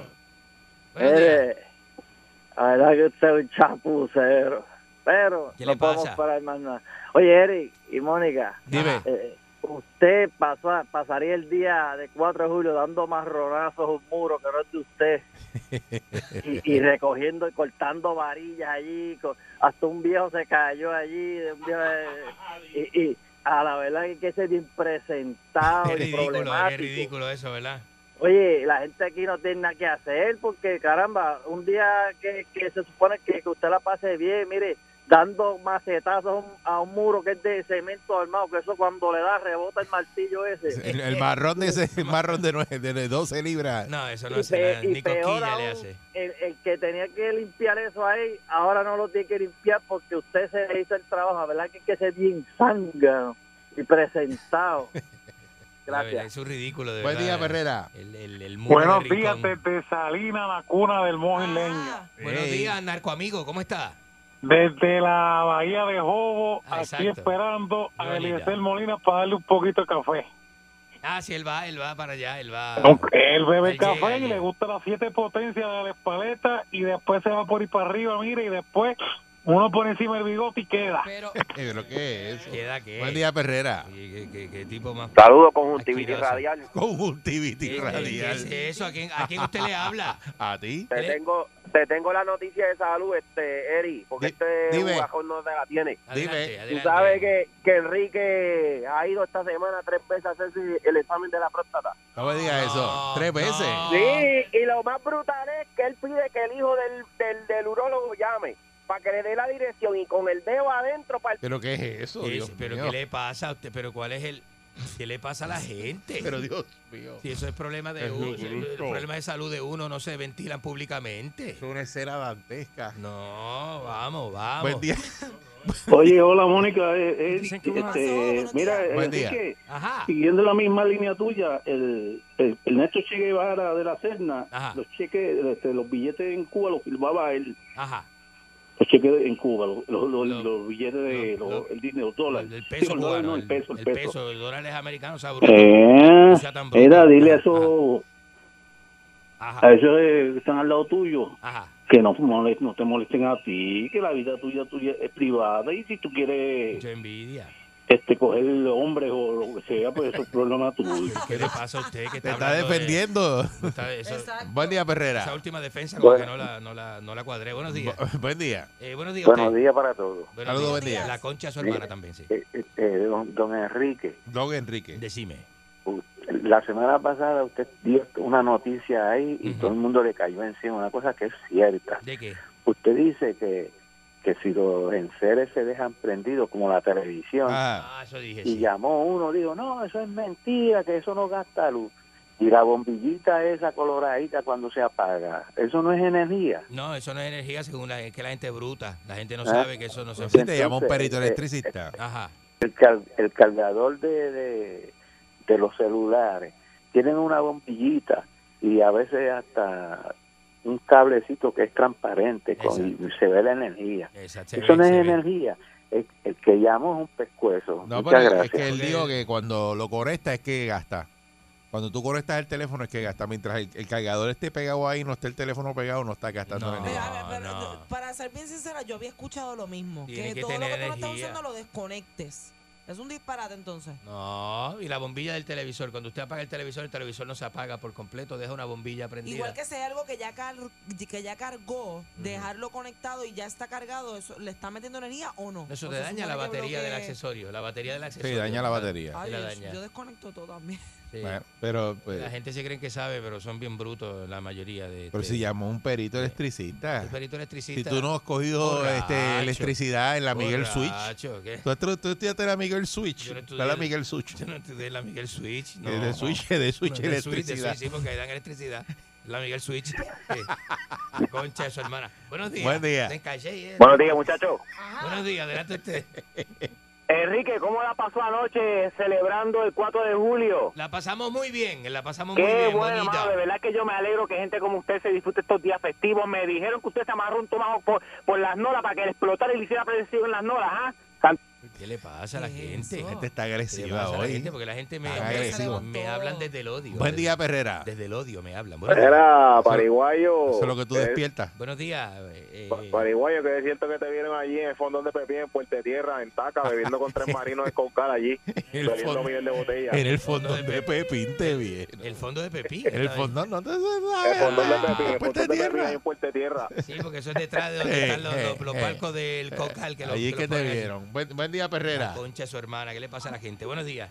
buenos días.
Eh,
Mire, la verdad que usted es un chapucero, pero
¿Qué
no
le pasa?
podemos parar más nada. Oye, Eric y Mónica,
Dime.
eh,
usted pasa, pasaría el día de 4 de julio dando marronazos a un muro que no es de usted y, y recogiendo y cortando varillas allí. co- Hasta un viejo se cayó allí. de un viejo de- y, y a la verdad que hay que ser impresentable
Es
y
ridículo, es
problemático.
ridículo eso, ¿verdad?
Oye, la gente aquí no tiene nada que hacer porque, caramba, un día que, que se supone que, que usted la pase bien, mire, dando macetazos a un- a un muro que es de cemento armado, que eso cuando le da rebota el martillo ese.
El, el marrón de ese el marrón de, nueve- de 12 libras.
No, eso
Y pe- y peor aún, El, el que tenía que limpiar eso ahí, ahora no lo tiene que limpiar porque usted se le hizo el trabajo, La ¿verdad? Que hay que ser bien zángano y presentado.
Gracias. Eso es ridículo, de
Buen
verdad.
día, Herrera.
El, el, el muro
Buenos
de
días
Rincón.
desde Salina, la cuna del mojo y leña.
Buenos días, narco amigo, ¿cómo está?
Desde la bahía de Jobo,
Ah,
aquí
exacto.
esperando a
Lolita.
Eliezer Molina para darle un poquito de café.
Ah, sí, él va, él va para allá, él va.
Él bebe
Él
café
llega,
y le gusta las siete potencias de la espaleta y después se va por ir para arriba, mire, y después uno pone encima el bigote y queda.
Pero,
¿Pero qué es eso?
¿Queda qué?
Buen día, Herrera.
¿Qué, qué- qué- qué tipo más?
Saludos, conjuntivitis
Asqueroso.
radial.
¿Qué-
Conjuntivitis
qué-
radial.
qué es eso? ¿A quién, ¿A quién usted le habla?
¿A ti?
Te
¿Eh?
tengo, te tengo la noticia de salud, este, Eri, porque
Di-
este
dime.
bajón no te la tiene.
Adelante,
Dime.
Tú
adelante.
sabes que, que Enrique ha ido esta semana tres veces a hacerse el examen de la próstata.
No me digas eso. Tres
no.
veces.
Sí, y lo más brutal es que él pide que el hijo del, del, del urólogo llame para que le dé la dirección y con el dedo adentro para el...
¿Pero qué es eso?
Es-
Dios
pero
mío.
¿qué le pasa a usted? ¿Pero cuál es el...? ¿Qué le pasa a la gente?
Pero Dios mío.
si eso es problema de
Es
uno,
bruto.
el problema de salud de uno no se ventilan públicamente.
Es una escena dantesca.
No, vamos, vamos.
Buen día.
Oye, hola Mónica. eh, eh,
Dicen que uno
este,
pasó, buenos
mira,
eh,
días.
Buen
Enrique,
Ajá.
siguiendo la misma línea tuya, el, el Ernesto Che Guevara de la Serna,
Ajá.
los cheques, este, los billetes en Cuba los firmaba él.
Ajá.
Los cheques de- en Cuba, los, los- los-
Lo-
los billetes de
lo-
los,
lo-
el dinero, los dólares.
El
Sí,
peso
los dólares,
cubano.
no, el peso, el peso.
el dólar es americano, o sea, bruto.
Eh,
No sea tan bruto.
era, dile a
Ajá,
esos,
Ajá.
a esos eh, que están al lado tuyo,
Ajá.
que no, molest- no te molesten a ti, que la vida tuya, tuya es privada y si tú quieres
Mucha envidia.
este coger hombres o lo que sea, pues eso es problema tuyo.
¿Qué le pasa a usted que
Te
está
está
hablando de-
defendiendo.
está- eso-
Exacto.
Buen día,
esa
Perrera.
última defensa como
Bueno.
que no la, no, la, no la cuadré. Buenos días.
Bu- Buen día.
Eh, buenos días.
Buenos
usted.
días para todos.
Buenos
Saludos, buen
días.
día.
La concha a su hermana también, sí.
Eh, eh, eh, don, don Enrique,
Don Enrique.
Decime.
u- la semana pasada usted dio una noticia ahí y
Ujú.
todo el mundo le cayó encima, una cosa que es cierta.
¿De qué?
Usted dice que, que si los enseres se dejan prendidos como la televisión,
Ah,
Ah, eso dije.
y
Sí.
llamó uno, dijo, no, eso es mentira, que eso no gasta luz. Y la bombillita esa coloradita cuando se apaga, eso no es energía.
No, eso no es energía, según la, es que la gente es bruta. La gente no
Ah.
sabe que eso no se
sí, te llamó un
entonces,
perito
eh,
electricista.
Ajá.
El, car- el cargador de, de, de los celulares tienen una bombillita y a veces hasta un cablecito que es transparente con, y se ve la energía.
Exacto. se
Eso
ve,
no es
se ve.
energía. El, el que llamo es un pescuezo.
No,
Muchas
pero es
gracias.
que él dijo que cuando lo conecta es que gasta. Cuando tú conectas el teléfono es que gasta. Mientras el, el cargador esté pegado ahí, no esté el teléfono pegado, no está gastando
No.
energía.
Mira, a ver, pero
no.
d- Para ser bien sincera, yo había escuchado lo mismo.
Tiene
Que,
que
todo lo que
tener
tú no estás
energía.
usando lo desconectes. Es un disparate entonces.
No, y la bombilla del televisor. Cuando usted apaga el televisor, el televisor no se apaga por completo, deja una bombilla prendida.
Igual que sea algo que ya, car- que ya cargó, dejarlo conectado y ya está cargado, eso ¿le está metiendo energía o no?
Eso
O
te
se
daña
supone
la
que
batería del
bloquee-
accesorio. La batería del accesorio.
daña la
¿no?
batería.
Ay,
la
Dios,
daña.
yo desconecto todo también.
Sí.
Bueno, pero, pues,
La gente se creen que sabe, pero son bien brutos la mayoría de.
pero
de-
si llamó un perito electricista.
El perito
Si
electricista.
tú no has cogido
Borracho.
este, electricidad en la Miguel Switch.
Borracho, ¿qué?
Tú, tú, tú estudiaste la Miguel Switch.
Yo no estudié
¿Cuál es la
el-
Miguel Switch?
Yo no estudié la Miguel Switch. No.
Eh, De Switch, de Switch
No, de Switch, de
electricidad.
Switch, sí, porque ahí dan electricidad. La Miguel Switch. Sí. La concha de su hermana. Buenos días.
Buen día.
Te encallé, eh.
Buenos días, muchachos.
Buenos días, adelante usted.
Enrique, ¿cómo la pasó anoche celebrando el 4 de julio?
La pasamos muy bien, la pasamos muy
Qué
bien,
bueno,
bonita.
mano, de verdad que yo me alegro que gente como usted se disfrute estos días festivos. Me dijeron que usted se amarró un tomajo por, por las nolas para que le explotara y le hiciera presión en las nolas, ¿ah?
bastante.
¿Qué le pasa a la gente?
La gente está
¿Qué le
agresiva
pasa a la
hoy.
gente? Porque la gente me,
Está
me,
agresivo.
me hablan desde el odio.
Buen
desde-
día, Perrera.
Desde el odio me hablan. Buenos días.
Era paraguayo.
Eso es lo que tú
eh,
despiertas.
Buenos días. eh,
pa-
eh,
Paraguayo, que siento que te vieron allí en el fondo de Pepín, en Puerto Tierra, en Taca, bebiendo con tres marinos de Concal allí,
El
bebiendo
fondo-
miel de botella.
En el fondo de Pepín te viene.
el fondo de Pepín.
En el
¿sabes?
fondo no te Pues
El fondo de Pepín, el
Puerta
fondo de
tierra.
Pepín, ahí en Puerto Tierra.
Sí, porque eso es detrás de donde
Eh,
están los, los- los
eh,
barcos del Cocal. Que los-
Allí es
los
que te
ponen así.
vieron. Buen, buen día,
La
Perrera.
concha de su hermana. ¿Qué le pasa a la gente? Buenos días.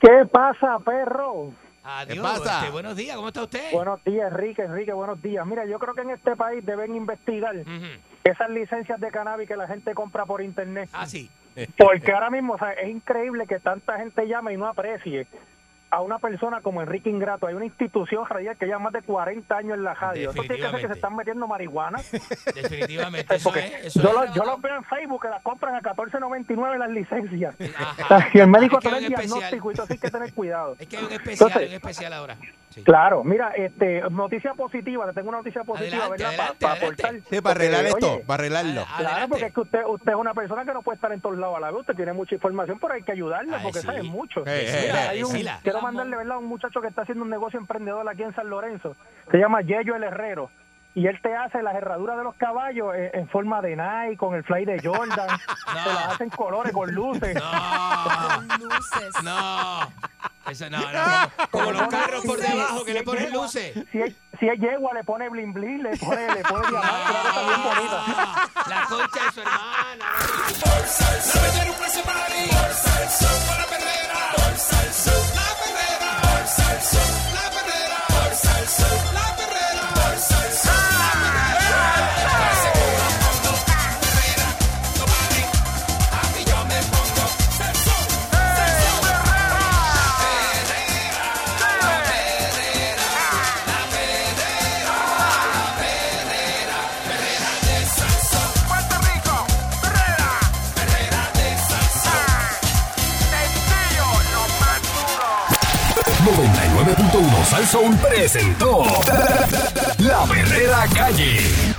¿Qué pasa, perro?
Adiós.
¿Qué pasa?
este, buenos días. ¿Cómo está usted?
Buenos días, Enrique, Enrique, buenos días. Mira, yo creo que en este país deben investigar
Ujú.
esas licencias de cannabis que la gente compra por internet.
Ah, sí.
Porque ahora mismo o sea, es increíble que tanta gente llame y no aprecie a una persona como Enrique Ingrato. Hay una institución radial que lleva más de 40 años en la radio. Eso tiene que ser que
Definitivamente.
se están metiendo marihuana.
Definitivamente. Eso es. Eso
Yo
es-
los yo los veo en Facebook que las compran a 14.99 las licencias.
Ajá.
Y el médico
Es que
te da el
hay un especial.
diagnóstico y tú así que tener cuidado.
Es que hay un especial,
Entonces-
un especial ahora. Sí.
Claro, mira, este, noticia positiva, le tengo una noticia positiva,
Adelante,
¿verdad?
adelante,
Pa- pa
adelante.
aportar.
Sí, para arreglar
Porque,
esto,
oye,
para arreglarlo.
Ad-
Claro, porque
adelante.
es que usted, usted es una persona que no puede estar en todos lados a la vez. Usted tiene mucha información, pero hay que ayudarla
Ay,
porque
sí.
sabe mucho.
Eh, eh,
Mira,
eh,
hay un-
decila.
quiero mandarle ¿verdad? a un muchacho que está haciendo un negocio emprendedor aquí en San Lorenzo. Se llama Yello el Herrero. Y él te hace las herraduras de los caballos eh, en forma de Nike, con el fly de Jordan. Te las hacen colores, con luces.
No,
Con luces.
no. Eso no, no. Como, como los carros por
Sí,
debajo que
sí,
le ponen
lleva-
luces.
Si es, si es yegua, le pone blin blin, le pone, le pone diamante, claro, está bien bonita.
Ah, La concha de su hermana.
Puerto Rico, Herrera, Herrera de salsa. Sencillo, lo más duro.
99.1 Sal Soul presentó La Verdadera Calle.